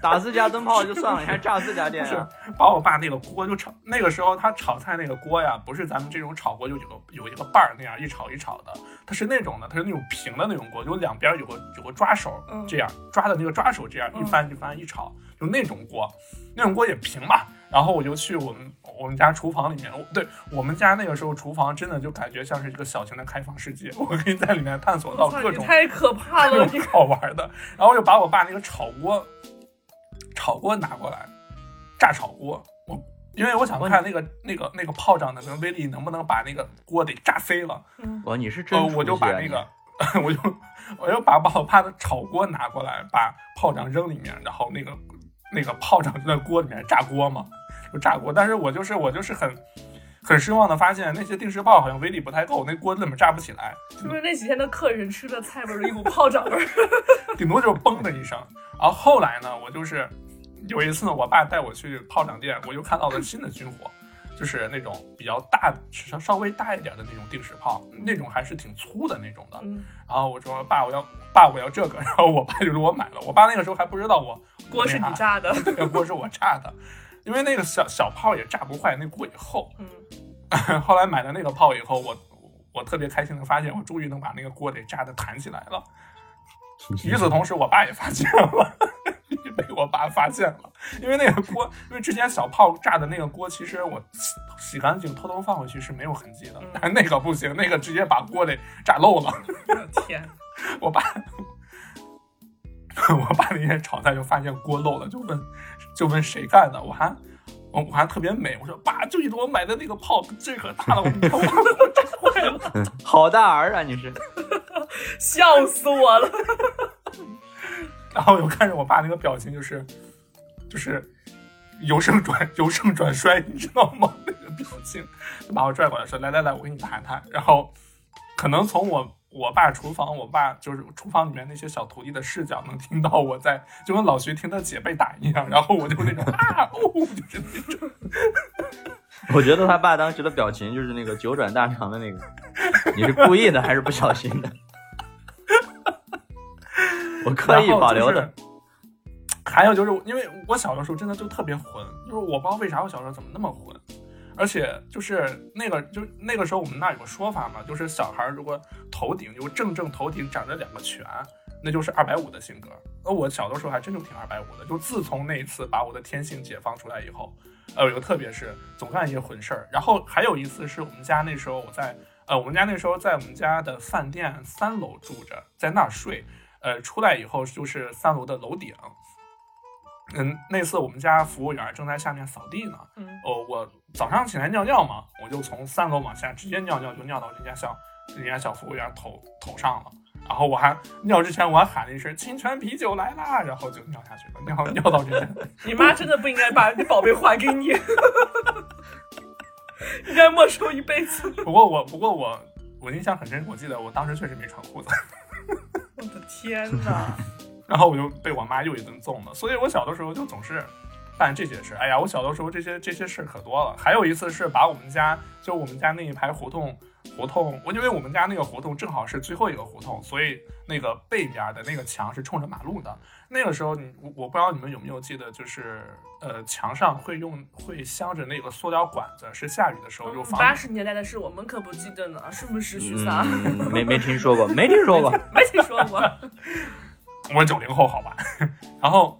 打自家灯泡就算了，你还炸自家店
就
呀、
啊
是把我爸那个锅就炒，那个时候他炒菜那个锅呀，不是咱们这种炒锅就有个有一个把儿那样一炒一炒的，它是那种的，它是那种平的那种锅，就两边有个有个抓手，
嗯
这样抓的那个抓手这样一翻一翻一炒，就那种锅，那种锅也平嘛。然后我就去我们我们家厨房里面，我对我们家那个时候厨房真的就感觉像是一个小型的开放世界，我可以在里面探索到
我操，
各
你
种
太可怕
各
了！
种好玩的。然后就把我爸那个炒锅，炒锅拿过来，炸炒锅。我因为我想看那个那个那个炮仗的能威力能不能把那个锅给炸飞了，
哇，你是真
呃，
出息啊、
我就把那
你
个。 我就我就把把我爸的炒锅拿过来，把炮仗扔里面，然后那个那个炮仗就在锅里面炸锅嘛，就炸锅。但是我就是我就是很很失望的发现，那些定时炮好像威力不太够，那锅怎么炸不起来？
是不是那几天的客人吃的菜味儿，一股炮仗味儿？
顶多就是嘣的一声。然后后来呢，我就是有一次我爸带我去炮仗店，我又看到了新的军火，就是那种比较大的、稍稍微大一点的那种定时炮，那种还是挺粗的那种的。
嗯
然后我说爸，我要爸，我要这个。 然后我爸就给我买了。我爸那个时候还不知道我
锅是你，炸的，
我那啥 对啊锅是我炸的。因为那个小小炮也炸不坏，那锅也厚。
嗯，
后来买了那个炮以后，我我特别开心的发现，我终于能把那个锅给炸的弹起来了。与此同时，我爸也发现了， 被我爸发现了，因为那个锅，因为之前小炮炸的那个锅，其实我洗洗干净偷偷放回去是没有痕迹的，但是那个不行，那个直接把锅给炸漏了。
我的 天，
我爸， 我爸那天炒菜就发现锅漏了，就问，就问谁干的，我还。我我还特别美，我说爸，就是我买的那个炮，这可大了，我你看我我炸坏了。
好大儿啊，你是
笑死我了！
然后我就看着我爸那个表情，就是就是由盛转由盛转衰，你知道吗？ 那个表情，就把我拽过来说：“来来来，我给你谈谈。”然后可能从我我爸厨房，我爸就是厨房里面那些小徒弟的视角，能听到我在就跟老徐听他姐被打一样，然后我就那种啊哦，就是那种。
我觉得他爸当时的表情就是那个九转大肠的那个，你是故意的还是不小心的？ 我刻意保留
然
的
后，就是。还有就是，因为我小的时候真的就特别混，就是我不知道为啥我小时候怎么那么混，而且就是那个，就是那个时候我们那儿有个说法嘛，就是小孩儿如果头顶就正正头顶长着两个拳，那就是二百五的性格。那我小的时候还真就挺二百五的，就自从那一次把我的天性解放出来以后，呃，有特别是总干一些混事儿。然后还有一次是我们家那时候我在呃我们家那时候在我们家的饭店三楼住着，在那儿睡，呃，出来以后就是三楼的楼顶。嗯，那次我们家服务员正在下面扫地呢，
嗯
哦，我早上起来尿尿嘛，我就从三楼往下直接尿尿，就尿到人家小人家小服务员头头上了。然后我还尿之前我还喊了一声“清泉啤酒来啦”，然后就尿下去了，尿 尿到人家。
你妈真的不应该把你宝贝还给你， 应该没收一辈子。
不过我不过我我印象很深，我记得我当时确实没穿裤子，
我的天 哪！
然后我就被我妈又一顿揍了。所以我小的时候就总是办这些事。哎呀，我小的时候这些这些事可多了。还有一次是把我们家就我们家那一排胡同胡同，我因为我们家那个胡同正好是最后一个胡同，所以那个背面的那个墙是冲着马路的。那个时候你我我不知道你们有没有记得，就是呃墙上会用会镶着那个塑料管子，是下雨的时候就
嗯
防
八十年代的事我们可不记得呢，是不是徐桑？
嗯，没没听说过，没听说过。
没听说过。
我是九零后，好吧。 然后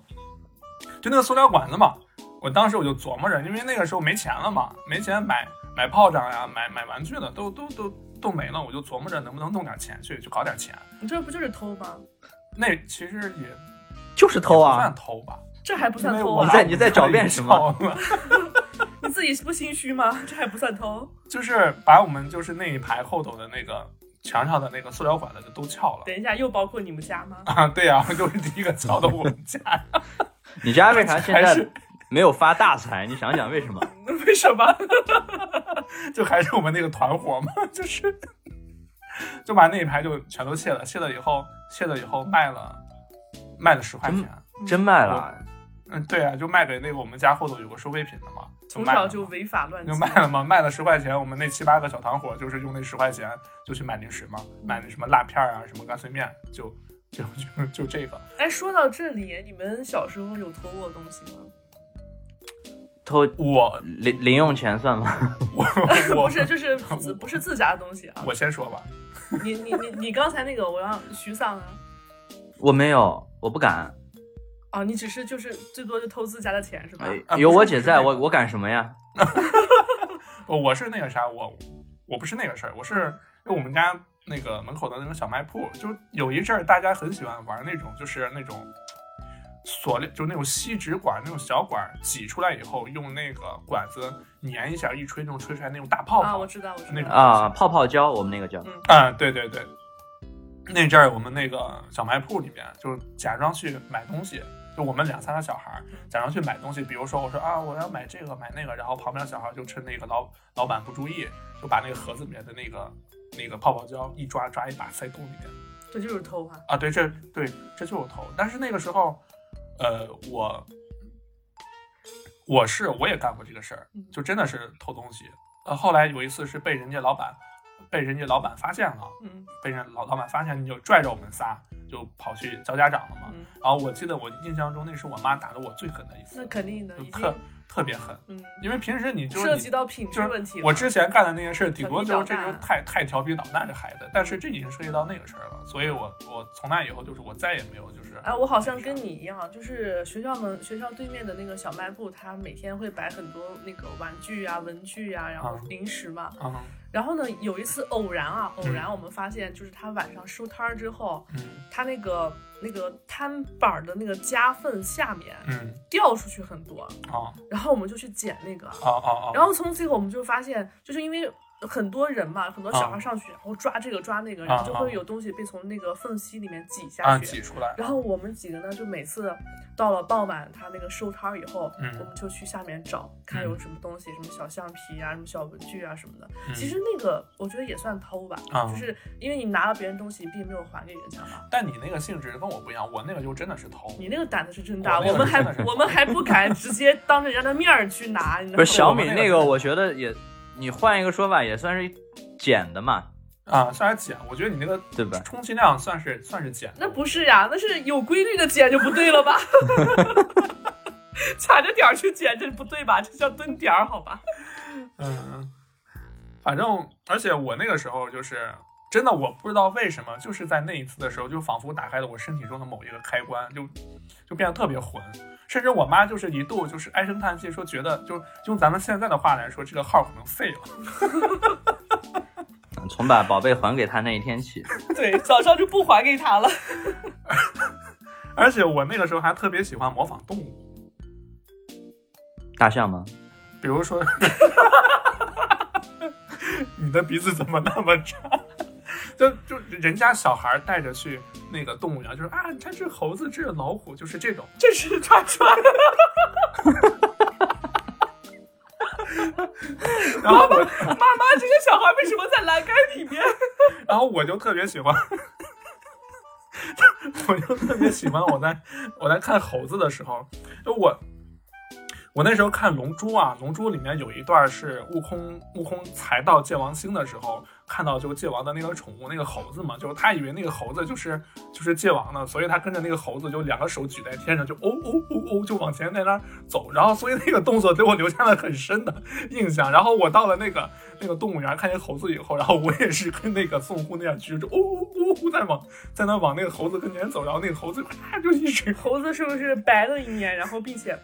就那个塑料管子嘛，我当时我就琢磨着，因为那个时候没钱了嘛，没钱买买炮仗呀、买买玩具的都都都都没了，我就琢磨着能不能弄点钱去去搞点钱。
你这不就是偷吗？
那其实也
就是偷
不
啊
算！偷吧，
这还不算
因为
偷
我
啊
你！在你在狡辩什么？
你自己不心虚吗？这还不算偷？
就是把我们就是那一排后头的那个墙上的那个塑料管子就都撬了。
等一下，又包括你们家吗？
啊，对呀、就是第一个撬到我们家，
你家为啥现
还
在
是
没有发大财？你想想为什么？
为什么？就还是我们那个团伙嘛，就是就把那一排就全都卸了，卸了以后，卸了以后卖了，卖了十块钱。
真卖了，
嗯，对啊，就卖给那个我们家后头有个收废品的嘛，就
从
卖
小
了
就
嘛，
违法乱纪
就。卖了嘛，卖了十块钱，我们那七八个小团伙就是用那十块钱就去买零食嘛，买那什么辣片儿啊，什么干脆面，就就就就这个。
哎，说到这里，你们小时候有偷过东西吗？
偷
我
零零用钱算吗？
我
不
我
是，就是自不是自家的东西啊。
我先说吧，
你你你你刚才那个，我让徐丧啊。
我没有，我不敢。
啊
哦，你只是就是最多就偷自家的钱是吧？
啊不
哎有
是
我
不
姐
是
在，
那个
我我敢什么呀？
我呃我是那个啥，我我不是那个事儿，我是因
嗯
为我们家那个门口的那种小卖铺，就是有一阵儿大家很喜欢玩那种，就是那种塑料，就那种锡纸管那种小管儿挤出来以后，用那个管子粘一下，一吹能吹出来那种大泡
啊，
泡。
我知道，我知
那
道。
啊，泡泡胶，我们那个叫。
啊，对对对，那阵儿我们那个小卖铺里面，就是假装去买东西，就我们两三个小孩儿假装去买东西，比如说我说啊，我要买这个买那个，然后旁边小孩儿就趁那个老老板不注意，就把那个盒子里面的那个那个泡泡胶一抓抓一把塞洞里面。
这就是偷啊！
啊，对，这对这就是我头。但是那个时候，呃，我我是我也干过这个事儿，就真的是偷东西。呃，后来有一次是被人家老板被人家老板发现了，
嗯，
被人老老板发现，你就拽着我们仨就跑去叫家长了嘛。
嗯
然后我记得我印象中那是我妈打的我最狠的一
那
次，
肯定的，
就
已
特
经
特别狠，
嗯，
因为平时你就是
涉
你
及到品质
就是
问题了。
我之前干的那些事，顶多就是这就是
调皮捣蛋
太太调皮捣蛋这孩子，但是这已经涉及到那个事儿了，所以我我从那以后就是我再也没有就是
哎，我好像跟你一样，啊就是学校门学校对面的那个小卖部，它每天会摆很多那个玩具啊、文具啊，然后
啊
零食嘛。
嗯
然后呢，有一次偶然啊，偶然我们发现，就是他晚上收摊儿之后，
嗯
他那个那个摊板儿的那个夹缝下面
嗯
掉出去很多，
哦
然后我们就去捡那个，
哦哦哦，
然后从此以后我们就发现，就是因为很多人嘛，很多小孩上去，然后抓这个抓那个，然后就
啊
会有东西被从那个缝隙里面挤
啊
下去。
挤出来，
然后我们几个呢，就每次到了傍晚，他那个收摊儿以后，
嗯
我们就去下面找，看有什么东西，什么小橡皮啊，什么小文具啊什么的。
嗯
其实那个我觉得也算偷吧，
啊
就是因为你拿了别人东西，并没有还给人家嘛。
但你那个性质跟我不一样，我那个就真的是偷，
你那个胆子是真大，
我那
我
个
们还
真的是
我们还不敢直接当着人家的面儿去拿，你知道吗？
不是小
我
米
们那
那
个
个，我觉得也，你换一个说法也算是捡的嘛，
啊，虽然捡，我觉得你那个
对吧？
充其量算是算是捡，
那不是呀，那是有规律的捡就不对了吧？ 卡着点儿去捡，这不对吧？这叫蹲点儿，好吧？
嗯，反正而且我那个时候就是真的，我不知道为什么，就是在那一次的时候，就仿佛打开了我身体中的某一个开关，就就变得特别混。甚至我妈就是一度就是唉声叹气，说觉得就哎用咱们现在的话来说，这个号可能废了。
嗯从把宝贝还给他那一天起，
对，早上就不还给他了。
而且我那个时候还特别喜欢模仿动物，
大象吗？
比如说， 你的鼻子怎么那么长？就就人家小孩带着去那个动物园，就是啊，你看这猴子，这是老虎，就是这种。
这是串串，
然后我
妈妈，这个小孩为什么在栏杆里面？
然后我就特别喜欢， 我就特别喜欢我在我在看猴子的时候，就我我那时候看《龙珠》啊，《龙珠》里面有一段是悟空悟空才到界王星的时候，看到就界王的那个宠物那个猴子嘛，就是他以为那个猴子就是就是界王呢，所以他跟着那个猴子就两个手举在天上，就哦哦哦哦就往前在那儿走，然后所以那个动作给我留下了很深的印象。然后我到了那个那个动物园看见猴子以后，然后我也是跟那个孙悟空那样举着哦哦哦哦在往在那往那个猴子跟前走，然后那个猴子咔就一直
猴子是不是白了一面，然后并且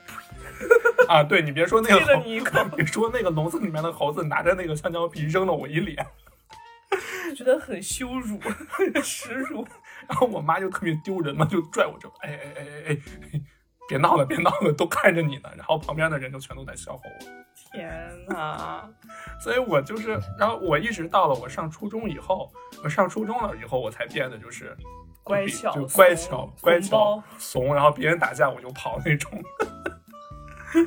啊，对你别 说那个
踢了
猴
你一口
别说那个笼子里面的猴子拿着那个香蕉皮扔了我一脸，
觉得很羞辱、很耻辱？
然后我妈就特别丢人嘛，就拽我就哎哎哎哎哎哎，别闹了别闹了，都看着你呢。然后旁边的人就全都在笑话我，
天哪！
所以我就是，然后我一直到了我上初中以后，我上初中了以后，我才变得就是。就
乖
比
巧
就
怂
乖巧，乖
怂
巧
包，
怂，然后别人打架我就跑那种。
然
嗯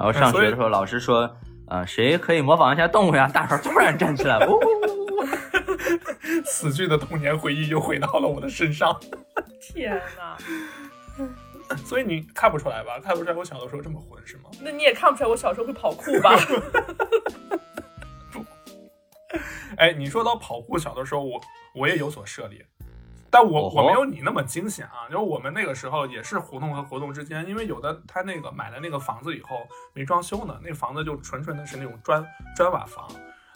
后上
所以
学的时候，老师说，呃，谁可以模仿一下动物呀？大伙儿突然站起来，呜呜 呜呜呜！
死去的童年回忆又回到了我的身上，
天哪！
所以你看不出来吧？看不出来我小的时候这么混是吗？
那你也看不出来我小时候会跑酷吧？
哎，你说到跑酷，小的时候我我也有所涉猎，但我
哦
我
吼
没有你那么惊险啊。就是我们那个时候也是活动和活动之间，因为有的他那个买了那个房子以后没装修呢，那房子就纯纯的是那种砖砖瓦房。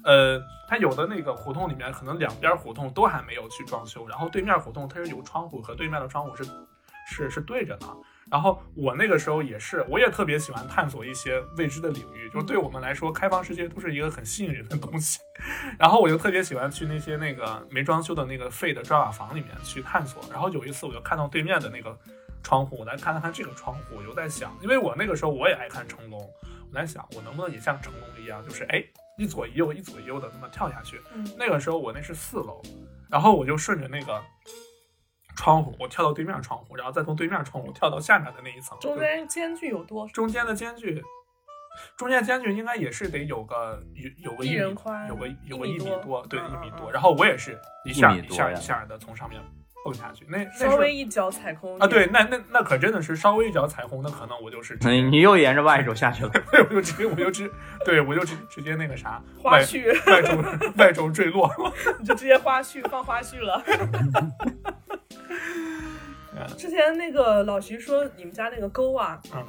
呃，它有的那个胡同里面，可能两边胡同都还没有去装修，然后对面胡同它是有窗户，和对面的窗户是是是对着的。然后我那个时候也是，我也特别喜欢探索一些未知的领域，就是对我们来说，开放世界都是一个很吸引人的东西。 然后我就特别喜欢去那些那个没装修的那个废的砖瓦房里面去探索。然后有一次我就看到对面的那个窗户，我来看看这个窗户，我就在想，因为我那个时候我也爱看成龙，我在想我能不能也像成龙一样，就是哎一左一右一左一右的那么跳下去。
嗯
那个时候我那是四楼，然后我就顺着那个。窗户，我跳到对面窗户，然后再从对面窗户跳到下面的那一层，
中间间距有多少？
中间的间距，中间间距应该也是得有个有有个
一
一
人
米
宽
有个有个
一
一米
米多
多，对，
嗯
一米
嗯
多。
嗯
然后我也是一下
一米
一下
多呀
一下的从上面蹦下去，那那
稍微
是
一脚踩空
啊，对，，那那那可真的是稍微一脚彩虹，那可能我就是直接
嗯，你又沿着外轴下去了。
对，我就直接我就直对我就直直接那个啥
花
外
絮
外轴外轴坠落。
你就直接花絮放花 絮了。之前那个老徐说你们家那个沟啊，
嗯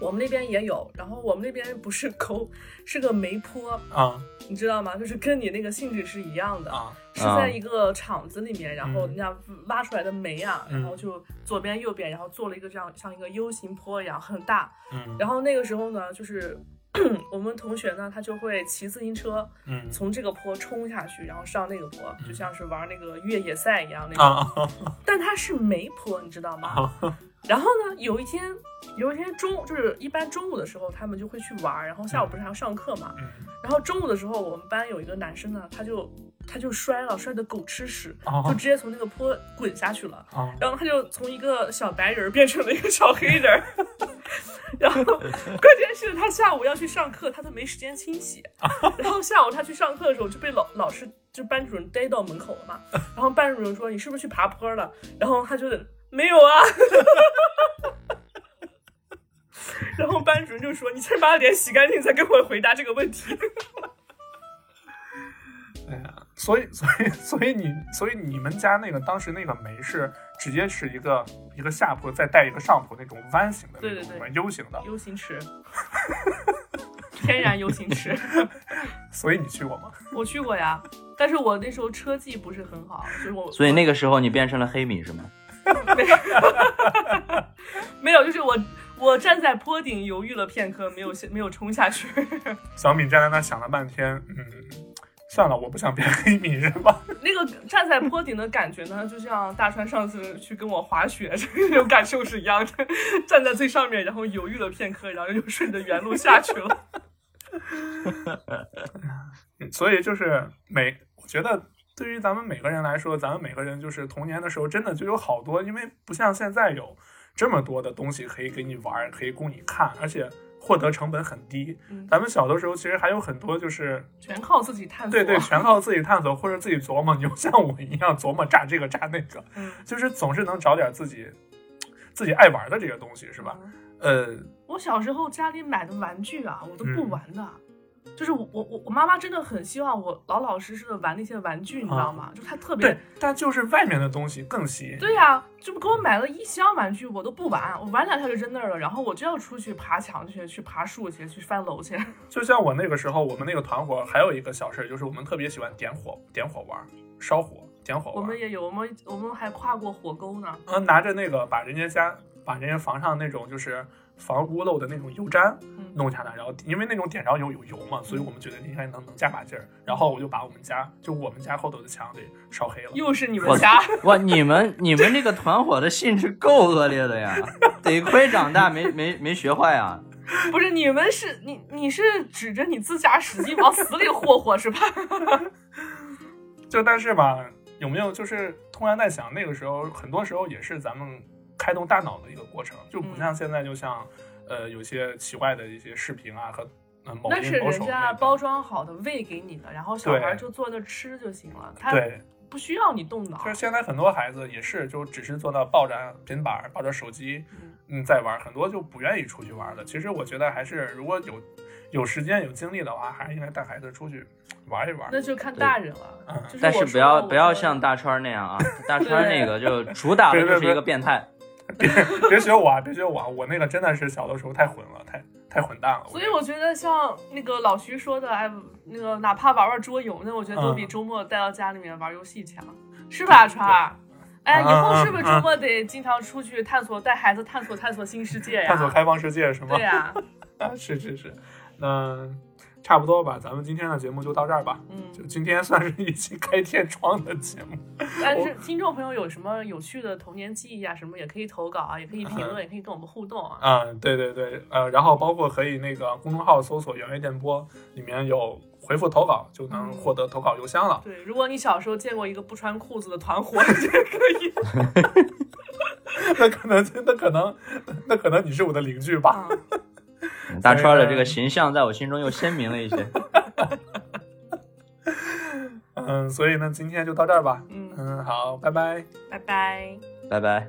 我们那边也有，然后我们那边不是沟，是个煤坡，
啊
你知道吗？就是跟你那个性质是一样的，
啊
是在一个厂子里面，然
嗯
后人家挖出来的煤啊，
嗯
然后就左边右边，然后做了一个这样像一个 U 型坡一样，很大。
嗯
然后那个时候呢，就是 我们同学呢，他就会骑自行车
嗯
从这个坡冲下去，然后上那个坡，
嗯
就像是玩那个越野赛一样那种。
啊
但它是煤坡，你知道吗？
啊
然后呢，有一天，有一天中就是一般中午的时候，他们就会去玩儿，然后下午不是还要上课嘛。
嗯
然后中午的时候，我们班有一个男生呢，他就他就摔了，摔得狗吃屎，就
啊
直接从那个坡滚下去了。
啊
然后他就从一个小白人儿变成了一个小黑人儿， 然后关键是他下午要去上课，他都没时间清洗。 然后下午他去上课的时候就被老老师就班主任逮到门口了嘛。然后班主任说：“你是不是去爬坡了？”然后他就没有啊。 然后班主任就说：“你先把脸洗干净，再给我回答这个问 题。
哎
啊
呀，所以所以 所以你所以你们家那个当时那个煤是直接是一个一个下坡再带一个上坡那种弯形的那
对
种
对对
U 型的，
”U 型池， 天然 U 型池。
所以你去过吗？
我去过呀，但是我那时候车技不是很好，就是我
所以那个时候你变成了黑米是吗？
没有，就是我我站在坡顶犹豫了片刻，没有没有冲下去。
小米站在那想了半天，嗯，算了，我不想变黑米人吧。
那个站在坡顶的感觉呢，就像大川上次去跟我滑雪 这种感受是一样的，站在最上面，然后犹豫了片刻，然后又顺着原路下去了。
嗯所以就是每，我觉得对于咱们每个人来说，咱们每个人就是童年的时候，真的就有好多，因为不像现在有这么多的东西可以给你玩儿，可以供你看，而且获得成本很低。
嗯
咱们小的时候其实还有很多就是
全靠自己探索。
对
啊
对，全靠自己探索或者自己琢磨。你就像我一样琢磨炸这个炸那个，
嗯
就是总是能找点自己自己爱玩的这个东西，是吧？
嗯
呃，
我小时候家里买的玩具啊，我都不
嗯
玩的。就是我我我我妈妈真的很希望我老老实实的玩那些玩具，你知道吗？就她特别
啊对，但就是外面的东西更吸引。
对呀、这不给我买了一箱玩具，我都不玩，我玩两下就扔那儿了，然后我就要出去爬墙去，去爬树去，去翻楼去。
就像我那个时候，我们那个团伙还有一个小事儿，就是我们特别喜欢点火、点火玩儿、烧火、点火
我
玩
们
儿。
也有，我们我们还跨过火沟呢。
嗯，拿着那个把人家家、把人家房上那种就是防屋漏的那种油毡
嗯
弄下来，然后因为那种点着油有油嘛，所以我们觉得应该能能加把劲儿。然后我就把我们家就我们家后头的墙给烧黑了。
又是你们家，
哇，你们你们这个团伙的性质够恶劣的呀！得亏长大没没没学坏啊！
不是你们是你你是指着你自家使劲往死里霍霍是吧？
就但是吧，有没有就是突然在想，那个时候很多时候也是咱们开动大脑的一个过程，就
嗯
不像现在，就像、呃有些奇怪的一些视频啊和呃某
那
音
是
某
人
手
家
那个
包装好的喂给你的，然后小
对
孩就坐那吃就行了，他
对，
不需要你动脑
就。是现在很多孩子也是就只是坐到抱着平板儿、抱着手机嗯在玩，很多就不愿意出去玩了。其实我觉得还是如果有有时间有精力的话，还是应该带孩子出去玩一玩。
那就看大人了
嗯，
就是
但
我
是不
说
要
我
不要
说
像大川那 样啊！大川那个就主打的就是一个变态。
别学我啊，别学我啊！我那个真的是小的时候太混了，太太混蛋了。
所以
那个
我觉得像那个老徐说的，哎，那个哪怕玩玩桌游，那我觉得都
嗯
比周末带到家里面玩游戏强，是吧，川儿？哎，以后是不是
嗯
周末得经常出去探索，带孩子探索探索新世界呀？
探索开放世界是吗？
对呀、
啊， 是是是，那差不多吧，咱们今天的节目就到这儿吧。
嗯
就今天算是一期开天窗的节目。
但是听众朋友有什么有趣的童年记忆啊，什么也可以投稿啊，也可以评论，也可以跟我们互动啊。
嗯，对对对，呃，然后包括可以那个公众号搜索“原味电波”，里面有回复投稿就能获得投稿邮箱了。
对，如果你小时候见过一个不穿裤子的团伙， 你就可以。
那可能，那可能，那可能你是我的邻居吧？
啊
嗯大川的这个形象在我心中又鲜明了 一些。
嗯，所以呢，今天就到这儿吧。
嗯，
嗯，好，拜拜。
拜拜。
拜拜。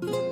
Thank